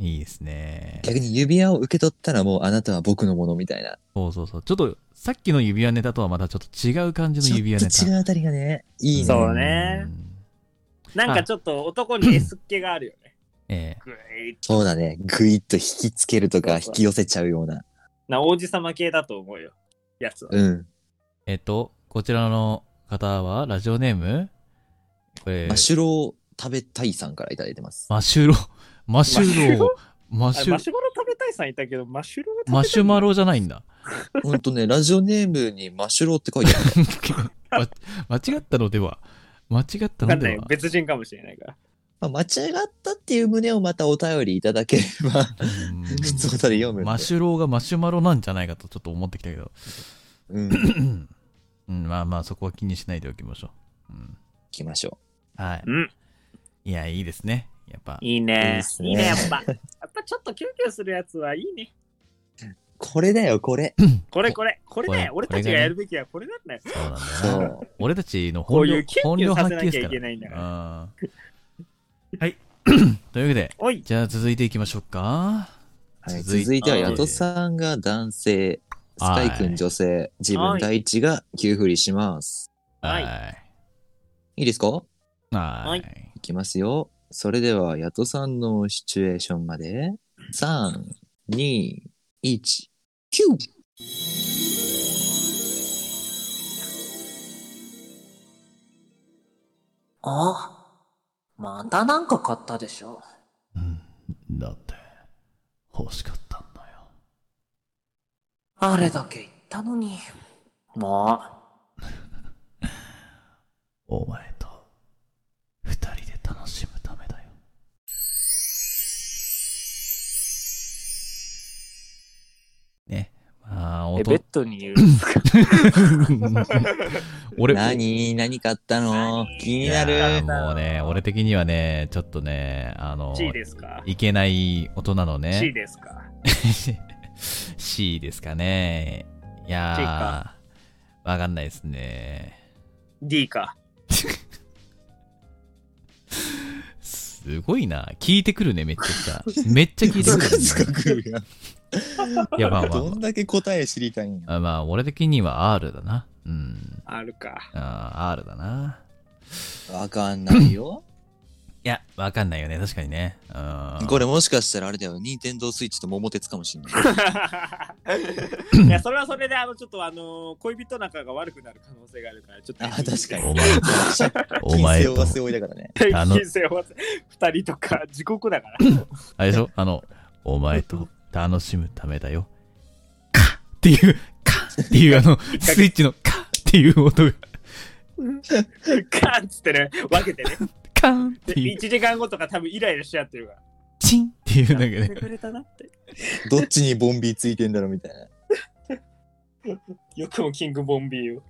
ん。いいですね逆に指輪を受け取ったらもうあなたは僕のものみたいな。そうそうそうちょっとさっきの指輪ネタとはまたちょっと違う感じちのょ指輪ネっタと違うあたりがね、いいね。そうねんなんかちょっと男に S っ気があるよね。えグイッそうだね。ぐいっと引きつけるとか、そうそう引き寄せちゃうような。な王子様系だと思うよ。やつは。うん。ーえっとこちらの方はラジオネームこれマシュロー食べたいさんからいただいてます。マシュロマシュロマあシれマュシュマロ食べたいさんいたけど、マシュロが食べたいマシュマロじゃないん だほんとね、ラジオネームにマシュローって書いて ある。ま間違ったのでは間違ったわのかんないでよは。別人かもしれないから。まあ、間違ったっていう旨をまたお便りいただければ、うん普通ので読むんで。マシュローがマシュマロなんじゃないかとちょっと思ってきたけ ど、うん。うん、まあまあそこは気にしないでおきましょう。うん、行きましょはい。うんいや、いいですね。やっぱ。いいいいねっ。すねいいね、やっぱ。やっぱちょっとキュンキュンするやつはいいね。う。これだよ、これ。これこれ、これだよ。これ俺これたがちねがやるべきはこれなんだよ。そうなんだよな。 そ俺たちのこ本うい領うキュン本キュ領ンさ発せな揮きゃいけでないんすだかから。ら。うんはい。というわけで、おい、じゃあ続いていきましょうか。う。はい、続い続いては、あーヤトさんが男性、スカイくん女性、自は分い第一が急振りします。はいいいですかはい。。はいいきますよ。それでは、ヤトさんのシチュエーションまで、3、2、1、キューあまたなんか買ったでしょ。うんだって欲しかったんだよあれだけ言ったのに。もお前と二人で楽しむためだよね。まあ、え音ベッドにいるんですか俺、何何買ったの何気いになやーる。もうね、俺的にはね、ちょっとね、あの、 ?C ですかいけない大人の ?C ね、ですか C ですかね。いや C ー、かわかんないですね。 ?D か。すごいな。聞いてくるね、めっちゃさ。めっちゃ聞いてつ くかつかる、ね。来るやんいや、まあまあどんだけ答え知りたいんや。あ。まあ、俺的には R だな。うん。ある か。あー R だな。わかんないよ。いや、わかんないよね、確かにね。うん。これもしかしたらあれだよ、任天堂スイッチと桃鉄かも しんない。いや、それはそれで、あの、ちょっと、あの、恋人仲が悪くなる可能性があるから、ちょっと。あ、確 かに。お前お前と金星は背負いだからね。にあの人生を2人とか、地獄だ から。あれでしょあの、お前と楽しむためだよ。カッっていう、カッっていうあの、スイッチのカッっていう音が、カンっつってね、分けてね。カンっで、ていう1、時間後とか多分イライラしちゃってるから。チンっていうなんやっかてね、くれたなって。どっちにボンビーついてんだろうみたいな。よくもキングボンビーを。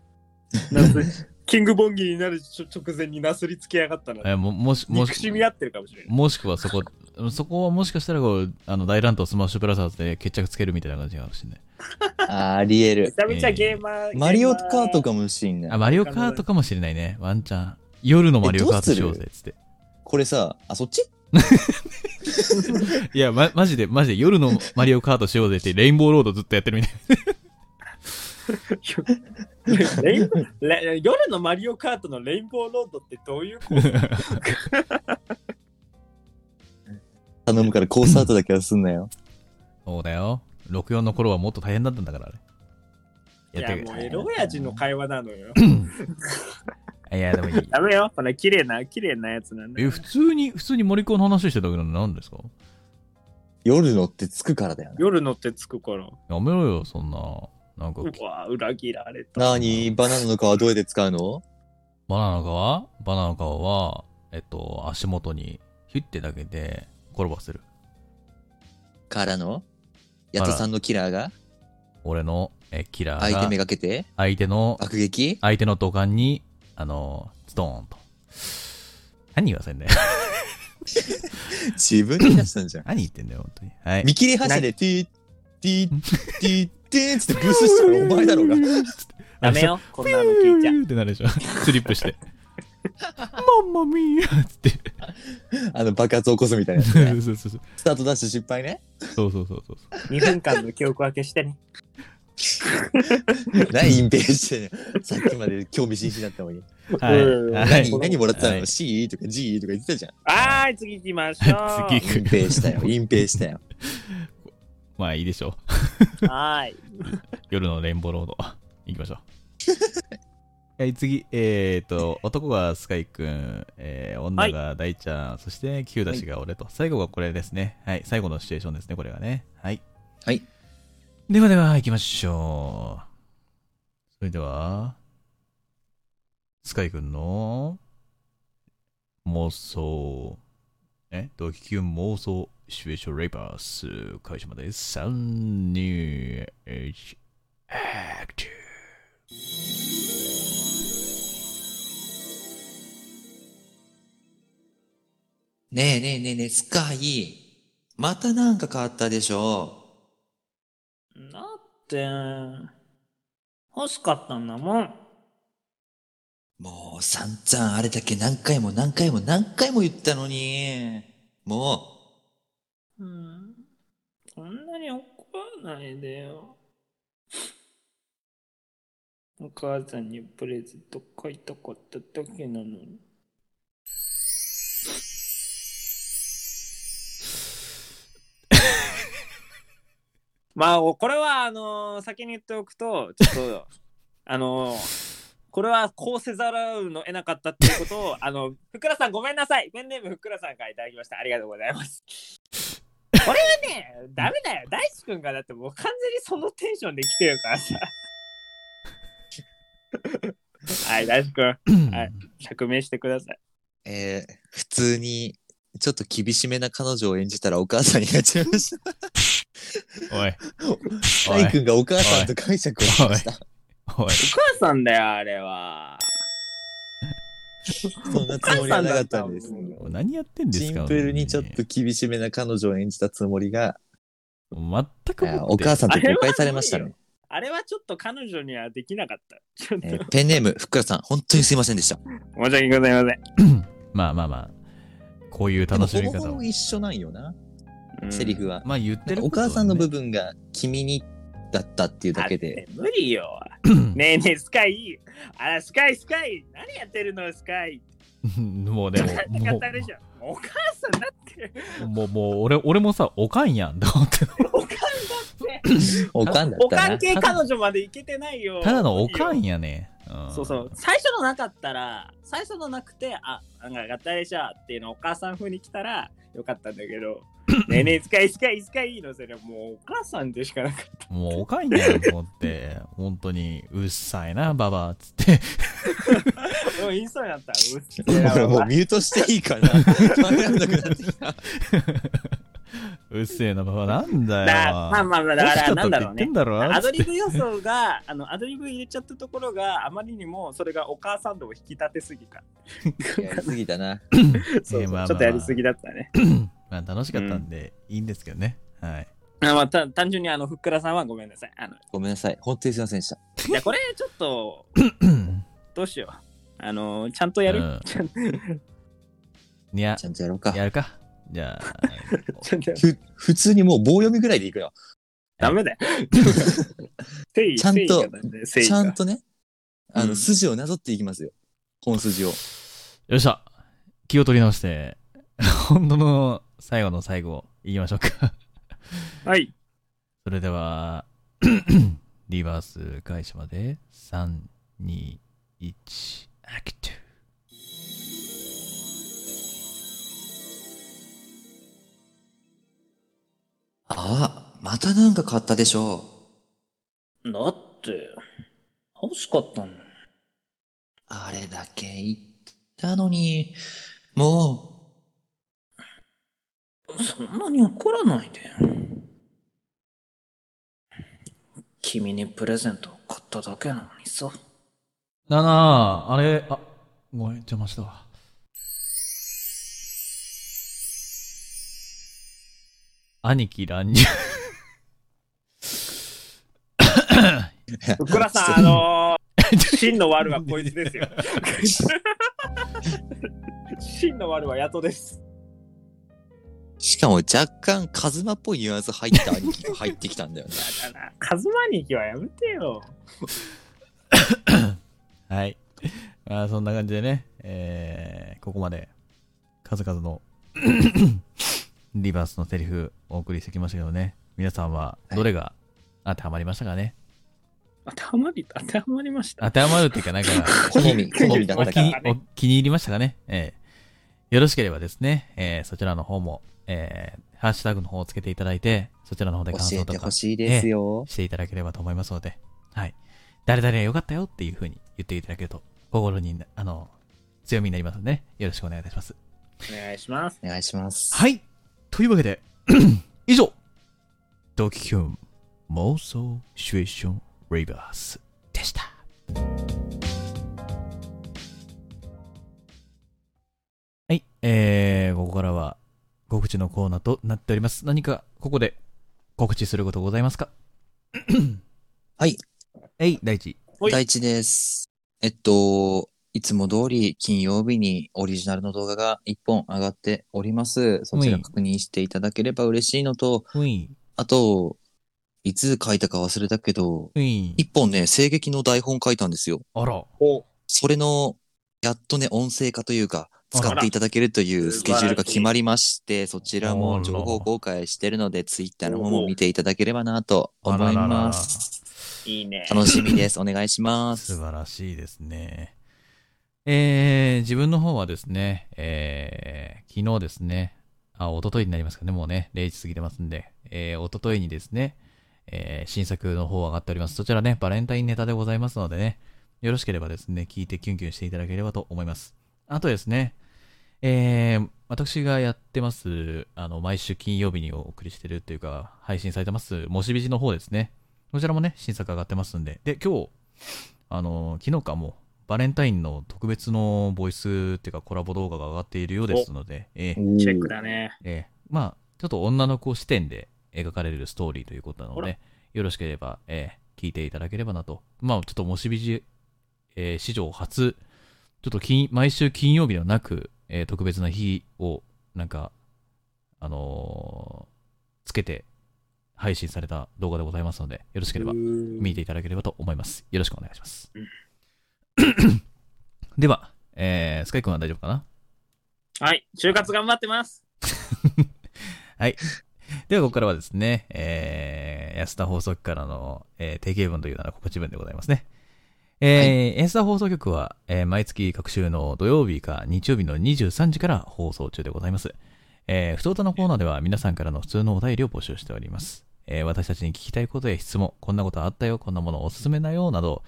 なすキングボンギーになる直前になすりつけやがったな。えももし、も憎しみし、合ってるかもしれない。もしくはそこ、そこはもしかしたらこう、あの、大乱闘スマッシュブラザーズで決着つけるみたいな感じかもしれない。あ、ありえめ る。ちゃめちゃゲーマー。マリオカートか。かもしんあ、ない。マリオカートかもしれないね、ワンチャン。夜のマリオカートしようぜ、つって。これさ、あ、そっちいや、ま、マジで、マジで、夜のマリオカートしようぜって、レインボーロードずっとやってるみたいな。レインレ夜のマリオカートのレインボーロードってどういう構成頼むからコースアウトだけはすんなよ。そうだよ。64の頃はもっと大変だったんだから、あれ。いや、ってもうエロ親父の会話なのよ。いや、でもいい。ダメよ。これ綺麗な、綺麗なやつなんだえ、よ。普通に、普通に森子の話してたけど、何ですか夜乗って着くからだよね。夜乗って着くから。やめろよ、そんな。なんか、うわ、裏切られた。なあに、バナナの皮どうやって使うのバナナの皮バナナの皮は、えっと、足元にヒュッてだけで転ばせる。からのヤトさんのキラーが俺のえキラー相手めががけて相手の、爆撃相手の土管に、あの、ストーンと。何言わせんだよ。 自分で出したんじゃん。何言ってんだよ、本当に。はい。見切り発車で、ティー、ティー、ティー、ティーっつってブースしてるお前だろうが。ダメよ。こんなの聞いちゃ。ってなるでしょ。スリップして。マンマミーっつって。あの爆発起こすみたいなやつそね。うそうそうそう。スタートダッシュ失敗ね。そうそうそうそう。 2分間の記憶分けしてね。何隠蔽してんのさっきまで興味津々だったのに。はいはい何、何もらってたはのい ?C? とか G? とか言ってたじゃん。はーい、次行きましょう。次隠蔽したよ。隠蔽したよ。まあいいでしょう。はーい。夜のレインボーロード。 行きましょう。はい、次。えっ、ー、と、男がスカイくん、えー、女が大ちゃん、そして、キューダシが俺と、最後がこれですね。はい、最後のシチュエーションですね、これがね。はい。はい。ではでは、行きましょう。それでは、スカイくんの、妄想、え、ドキキュン妄想、シチュエーションレイバース、開始まで3、2、1、アクティねえねえねえねえ、スカイ。またなんか変わったでしょ。だって、欲しかったんだもん。もう散々あれだけ何回も何回も何回も言ったのに。もうん。そんなに怒らないでよ。お母さんにプレゼント買いたかっただけなのに。まあ、おこれは、あのー先に言っておくと、ちょっと、あのーこれはこうせざるを得なかったっていうことを、あの、ふくらさんごめんなさい。ペンネームふくらさんからいただきました。ありがとうございます。これはね、ダメだよ。大地君がだってもう完全にそのテンションで来てるからさ。はい、大地君、ー。はい釈明してください。う、えー、普通に、ちょっと厳しめな彼女を演じたらお母さんになっちゃいました。おい、スカイ君がお母さんと解釈をしました。おい。お母さんだよ、あれは。そんなつもりはなかったんです。何やってんですシかンプルにちょっと厳しめな彼女を演じたつもりが、本当に全くもってお母さんと誤解されましたね。あれはちょっと彼女にはできなかった。ちょっとえーペンネーム、ふっくらさん、本当にすいませんでした。申し訳ございません。まあまあまあ、こういう楽しみでもほぼ方ほをぼ。一緒なんよな、セリフは。まあ言ってるおことは母ねさんの部分が君にだったっていうだけで、無理よ。ねえねえ、スカイ。あら、スカイ、スカイ。何やってるの、スカイ。 もうでもって も方でしょ。もうお母さんだって。う、もう、もう、俺、俺もさ、おかんやんと思って。おかんだって。おかんだおったかんな。系彼女までいけてないよ。ただのおかん無理よ。やね。んそうそう。。最初のなかったら、最初のなくて、あ、なんか合体でしょっていうのをお母さん風に来たらよかったんだ けど。ねえねえ、スカイ、スカイ、スカイのせりゃもうお母さんでしかなかった。もうおかんやんと思って、本当に、うっさいな、ババアっつっ て。もう言いそうに なった。うっせえなほらもうミュートしていいかな。わかんなくなってきた。うっせえな、ババアなんだよ。だまあまあまあ、だ欲か、しからったなって言っんだろうてねん。だろアつドってリブ予想が、あの、アドリブ入れちゃったところがあまりにもそれがお母さん度を引き立てすぎた。やりすぎたな。そうそうええまあまあちょっとやりすぎだったね。まあ楽しかったんで、いいんですけどね。はい。あまあ、た単純にあの、ふっくらさんはごめんなさい。あの、ごめんなさい。本当にすいませんでした。じゃあこれちょっと、どうしよう。あの、ちゃんとやる、うんちゃんいやち、ゃんとやろうか。やるか。じゃあ、ちゃんとやるふ普通にもう棒読みぐらいでいくよ。ダメだ よ。 ちちゃんと、ちちゃん。とね、あの、うん筋をなぞっていきますよ。本筋を。よっしゃ。気を取り直して、本当の最後の最後、いきましょうか。はい。それでは、リバース開始まで、3、2、1、アクトゥああ、またなんか買ったでしょ。だって、欲しかったの。あれだけ言ったのに、もそんなに怒らないで。君にプレゼントを買っただけなのにさ。ななあ、あれ、あ、ごめん、邪魔したわ。兄貴乱入。う。ふっくらさん、あの ー、真の悪はこいつですよ。 真の悪はヤトです。しかも若干カズマっぽいニュアンス入った兄貴が 入ってきたんだよね。だな、カズマニキはやめてよ。はい。 まあ、そんな感じでね、えー、ここまで、数々の リバースのセリフお送りしてきましたけどね、皆さんはどれが当てはまりましたかね、当てはまり、当てはまりました。当てはまるっていうか、 なんか、好み、好みだっおた気かにら。お気に入りましたかね、えーよろしければですね、えーそちらの方も、えーハッシュタグの方をつけていただいて、そちらの方で教感想えとてかほしいですよ。していただければと思いますので、はい。誰々が良かったよっていう風に言っていただけると、心にな、あの、強みになりますのでね、よろしくお願いいたします。お願いします。お願いします。はい。というわけ で、以上、ドキュン妄想シチュエーションリバースでした。はい。えー、ここからは告知のコーナーとなっております。何かここで告知することございますかはい。はい、第一。はい第一です。えっと、いつも通り金曜日にオリジナルの動画が1本上がっております。そちら確認していただければ嬉しいのと、ウィン、あと、いつ書いたか忘れたけど、ウィン。 1本ね、声劇の台本書いたんですよ。あら。それの、やっとね、音声化というか、あら使っていただけるというスケジュールが決まりまして、そちらあもら情報公開してるので、ツイッターの方も見ていただければなと思います。いいね。楽しみです。お願いします素。晴らしいですね。えー、自分の方はですね、えー、昨日ですね、あ、一昨日になりますかね、もうね、0時過ぎてますんで、えー、一昨日にですね、えー、新作の方上がっております。そちらね、バレンタインネタでございますのでね、よろしければですね、聞いてキュンキュンしていただければと思います。あとですね、えー、私がやってます、あの、毎週金曜日にお送りしてるというか、配信されてます、もしびじの方ですね。こちらもね、新作上がってますんで。で、今日、あの、昨日かもう、バレンタインの特別のボイスっていうかコラボ動画が上がっているようですので、えーチェックだね。えーまあ、ちょっと女の子視点で描かれるストーリーということなのほで、よろしければ、えー聞いていただければなと。まあ、ちょっともしびじ、えー史上初、ちょっと金毎週金曜日ではなく、えー特別な日を、なんか、あのーつけて配信された動画でございますので、よろしければ見ていただければと思います。よろしくお願いします。 では、えースカイ君は大丈夫かなはい、就活頑張ってます。 では、ここからはですね、えー、安田放送局からの、えー定型文というなら告知文でございますね。えー安田放送局は、えー毎月各週の土曜日か日曜日の23時から放送中でございます。えー、不登歌のコーナーでは皆さんからの普通のお便りを募集しております。えー私たちに聞きたいことや質問、こんなことあったよ、こんなものおすすめだよ、など、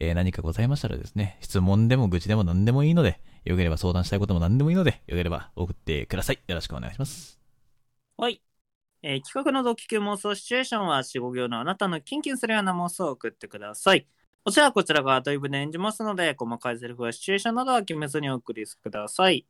えー何かございましたらですね、質問でも愚痴でも何でもいいので、よければ相談したいことも何でもいいので、よければ送ってください。よろしくお願いします。はい。えー企画のドキュン妄想シチュエーションは4、5行のあなたのキンキンするような妄想を送ってください。こちらはこちらがアドリブで演じますので、細かいセリフやシチュエーションなどは決めずにお送りください。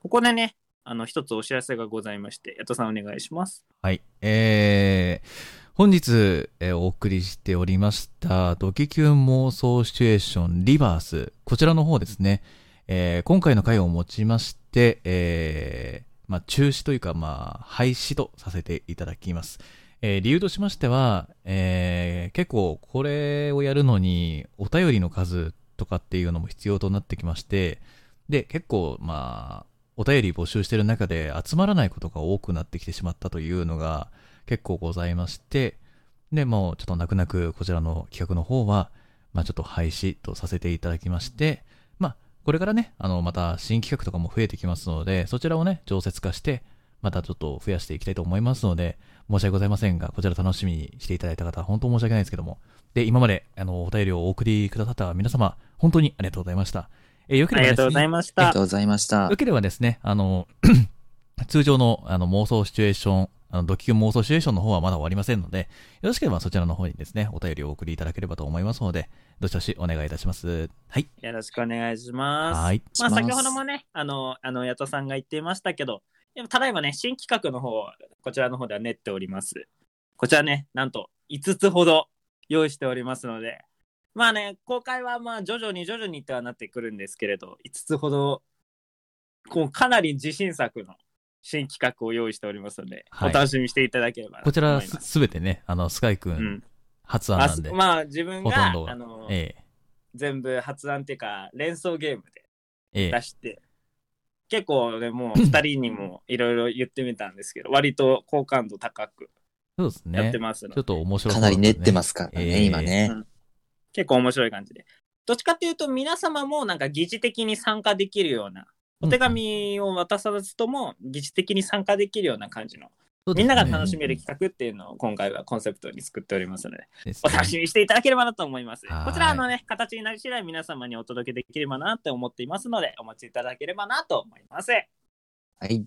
ここでね、あの、一つお知らせがございまして、ヤトさんお願いします。はい。えー、本日、えーお送りしておりました、ドキキュン妄想シチュエーションリバース。こちらの方ですね、えー今回の回をもちまして、えーまあ、中止というか、まあ、廃止とさせていただきます。えー理由としましては、えー結構これをやるのに、お便りの数とかっていうのも必要となってきまして、で、結構、まあ、お便り募集してる中で集まらないことが多くなってきてしまったというのが結構ございまして、で、もうちょっと泣く泣くこちらの企画の方は、まあちょっと廃止とさせていただきまして、まあこれからね、あの、また新企画とかも増えてきますので、そちらをね、常設化して、またちょっと増やしていきたいと思いますので、申し訳ございませんが、こちら楽しみにしていただいた方、本当申し訳ないですけども。で、今まで、あの、お便りをお送りくださった皆様、本当にありがとうございました。えーよけあれりばですがとうねございましありたがと。うございましたよ。ければですね、あの、 通常のあの妄想シチュエーション、あのドキュン妄想シチュエーションの方はまだ終わりませんので、よろしければそちらの方にですね、お便りをお送りいただければと思いますので、どしどしお願いいたします。はい。よろしくお願いします。はい。まあ、します先ほどもね、あの、あの、矢田さんが言っていましたけど、でもただいまね、新企画の方、こちらの方では練っております。こちらね、なんと5つほど用意しておりますので、まあね、公開はまあ徐々に徐々にとはなってくるんですけれど、5つほど、こうかなり自信作の新企画を用意しておりますので、はいお楽しみにしていただければなことち思いらます。す、すべてね、あの、スカイくうんん。発案あなんすで、まあ自分ほとんがどはあの、え全部発案っていうか、連想ゲームでえええ出して、結構 ね、もう2人にもいろいろ言ってみたんですけど、割と好感度高くそうですやっね。てちますのょで、っと面白。かなり練ってますすからえね、え今ね。結構面白い感じで。どっちかっていうと、皆様もなんか疑似的に参加できるような、お手紙を渡さずとも疑似的に参加できるような感じの、みんなが楽しめる企画っていうのを今回はコンセプトに作っておりますので、みですおね楽しみにしていただければなと思います。はいこちら、あのね、形になり次第皆様にお届けできればなって思っていますので、お待ちいただければなと思います。はい。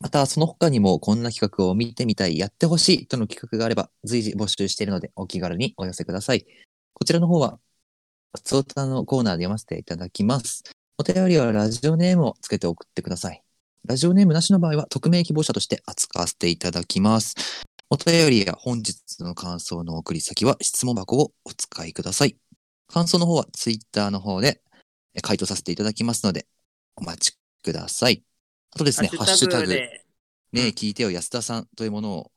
また、その他にもこんな企画を見てみたい、やってほしいとの企画があれば随時募集しているのでお気軽にお寄せください。こちらの方は、ツオタのコーナーで読ませていただきます。お便りはラジオネームをつけて送ってください。ラジオネームなしの場合は匿名希望者として扱わせていただきます。お便りや本日の感想の送り先は質問箱をお使いください。感想の方はツイッターの方でえ回答させていただきますのでお待ちください。あとですね、ハッシュタグ。でねえ、聞いてよ、安田さんというものを、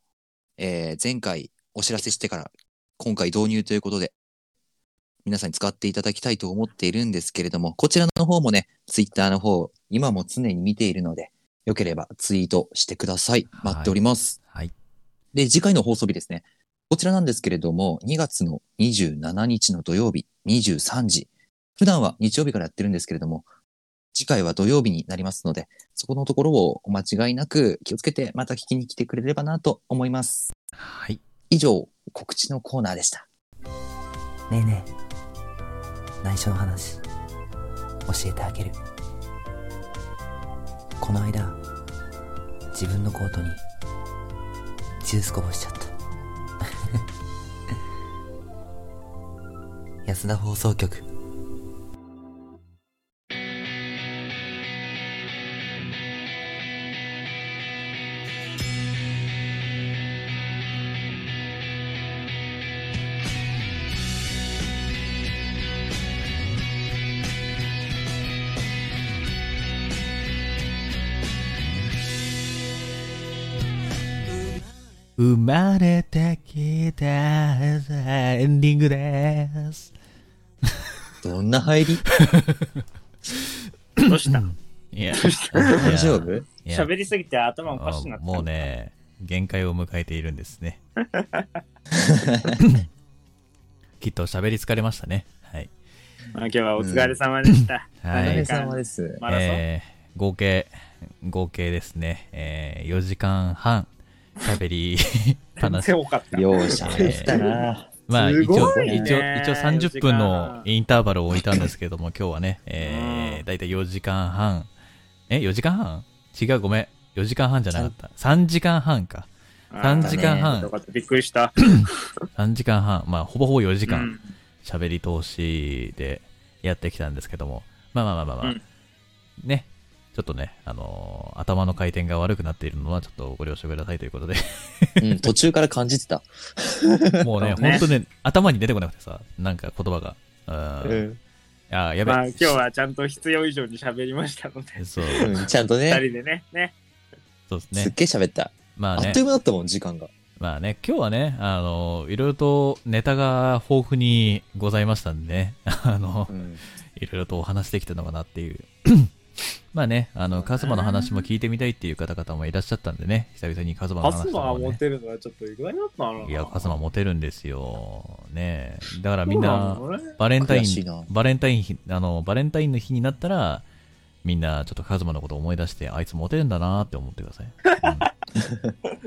えー前回お知らせしてから、今回導入ということで、皆さんに使っていただきたいと思っているんですけれども、こちらの方もね、ツイッターの方、今も常に見ているので、よければツイートしてください。はい待っております。はい。で、次回の放送日ですね。こちらなんですけれども、2月の27日の土曜日、23時。普段は日曜日からやってるんですけれども、次回は土曜日になりますので、そこのところをお間違いなく気をつけてまた聞きに来てくれればなと思います。はい。以上、告知のコーナーでした。ねえねえ内緒の話教えてあげるこの間自分のコートにジュースこぼしちゃった安田放送局生まれてきたエンディングです。どんな入りどうしたいや、大丈夫いや喋りすぎて頭おかしくなった。もう。ね、限界を迎えているんですね。きっと喋り疲れましたね。はい。今日はお疲れ様でした。おは疲いれ。様です。マラソン、えー合計、合計ですね、えー4時間半喋り っぱなし全。然多かった。ようしゃべったな。まあ、す一ご応、いね一応、一応4 30時分間のインターバルを置いたんですけども、今日はね、えうー、だいたい4時間半。え、4時間半違う、ごめん。4時間半じゃなかった。3時間半か。3時間あーよ半か。ったびっくりした。 3時間半。まあ、ほぼほぼ4時う間。ん喋り通しでやってきたんですけども、まあまあまあまあ、まあうんね、ちょっとね、あのー頭の回転が悪くなっているのはちょっとご了承くださいという ことで、うん、途中から感じてた。もうね、そうね本当ね、頭に出てこなくてさ、なんか言葉が、うん、うんあーやべ、まあ今日はちゃんと必要以上に喋りましたので、そう、うんちゃんと二人ね、でね、ね。そうですすっね、げえ喋った。まああっねとい、う間だったもん、時間が。まあね、今日はね、あのーいろいろとネタが豊富にございましたんでね、あの うんいろいろとお話できたのかなっていう まあね、あの、カズマの話も聞いてみたいっていう方々もいらっしゃったんでね、久々にカズマのパ話スとマかーも持ね。てるのはちょっと意外だったな。いや、カズマモテるんですよ。ねえだからみそんうなの、ねバレンタイ悔しいなン、バレンタイン日、あの、バレンタインの日になったら、みんなちょっとカズマのことを思い出して、あいつモテるんだなって思ってください。うん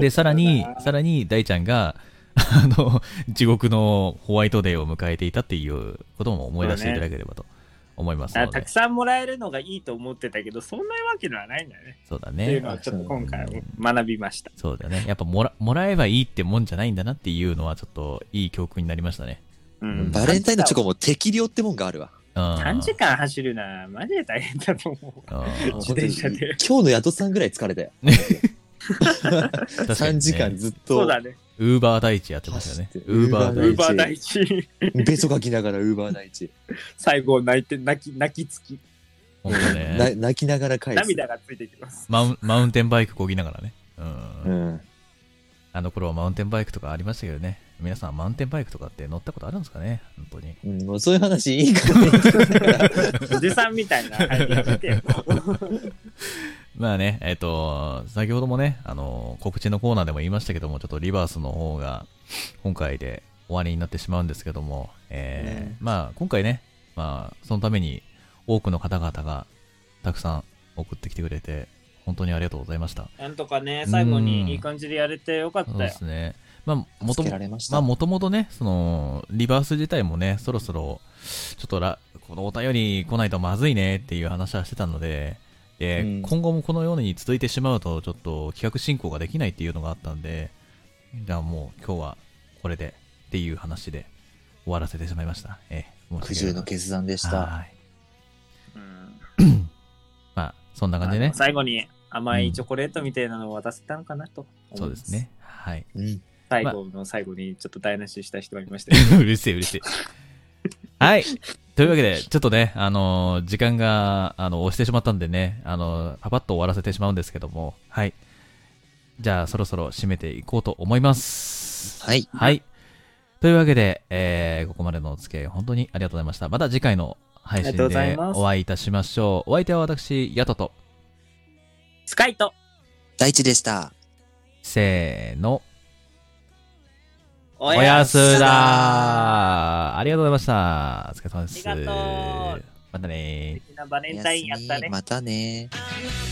で、さらに、さらに大ちゃんが、あの、地獄のホワイトデーを迎えていたっていうことも思い出していただければと思いますのあで。たくさんもらえるのがいいと思ってたけど、そんなわけではないんだよね。そうだっていねうの。はちょっと今回学びました。そうだね。やっぱもら、もらえばいいってもんじゃないんだなっていうのは、ちょっといい教訓になりましたね。うんバレンタインのチョコも適量ってもんがあるわ。うん。短時間走るな、マジで大変だと思うんう。自転車で。今日の宿さんぐらい疲れたよ。確かに3ね時間ずっそうとだね。ウーバー第一やってましたよね走っ。てウーバウー第ー一。バー第一、べそかきながらウーバー第一。最後泣いて、泣き、泣きつき、本当なね。泣きながら返す。涙がついてきます。マウンマウンテンバイクこぎながらね。う。うんん。あの頃はマウンテンバイクとかありましたけどね。皆さんマウンテンバイクとかって乗ったことあるんですかね本当に。うんもうそういう話いいから。おじさんみたいな入り口で。まあね、えっ、と、先ほどもね、あの、告知のコーナーでも言いましたけども、ちょっとリバースの方が、今回で終わりになってしまうんですけども、えーまあ、今回ね、まあ、そのために、多くの方々が、たくさん送ってきてくれて、本当にありがとうございました。なんとかね、最後うんにいい感じでやれてよかっそうたでよ。すね。まあ、もと助けもられましまあた。もともとね、その、リバース自体もね、そろそろ、ちょっとら、このお便り来ないとまずいねっていう話はしてたので、で、うん今後もこのように続いてしまうと、ちょっと企画進行ができないっていうのがあったんで、じゃあもう今日はこれでっていう話で終わらせてしまいました。ええ、苦渋の決断でし。したはい。うんまあ、そんな感じでね。最後に甘いチョコレートみたいなのを渡せたのかなと。そうです。ね。はい。うん。最後の最後にちょっと台無しした人がいました よ。うるせえ、うるせえ。はい。というわけで、ちょっとね、あのー時間が、あの、押してしまったんでね、あのーパパッと終わらせてしまうんですけども、はい。じゃあ、そろそろ締めていこうと思います。はい。はい。というわけで、えーここまでのお付き合い、本当にありがとうございました。また次回の配信ありがとうござでいますお会いいたしましょう。お相手は私、ヤトと、スカイト第一でした。せーの、おおやすだありがとうございました。お疲れ様です。ありがとうまたねー。みんなバレンタインやったね。おやすみまたね。 「あなたの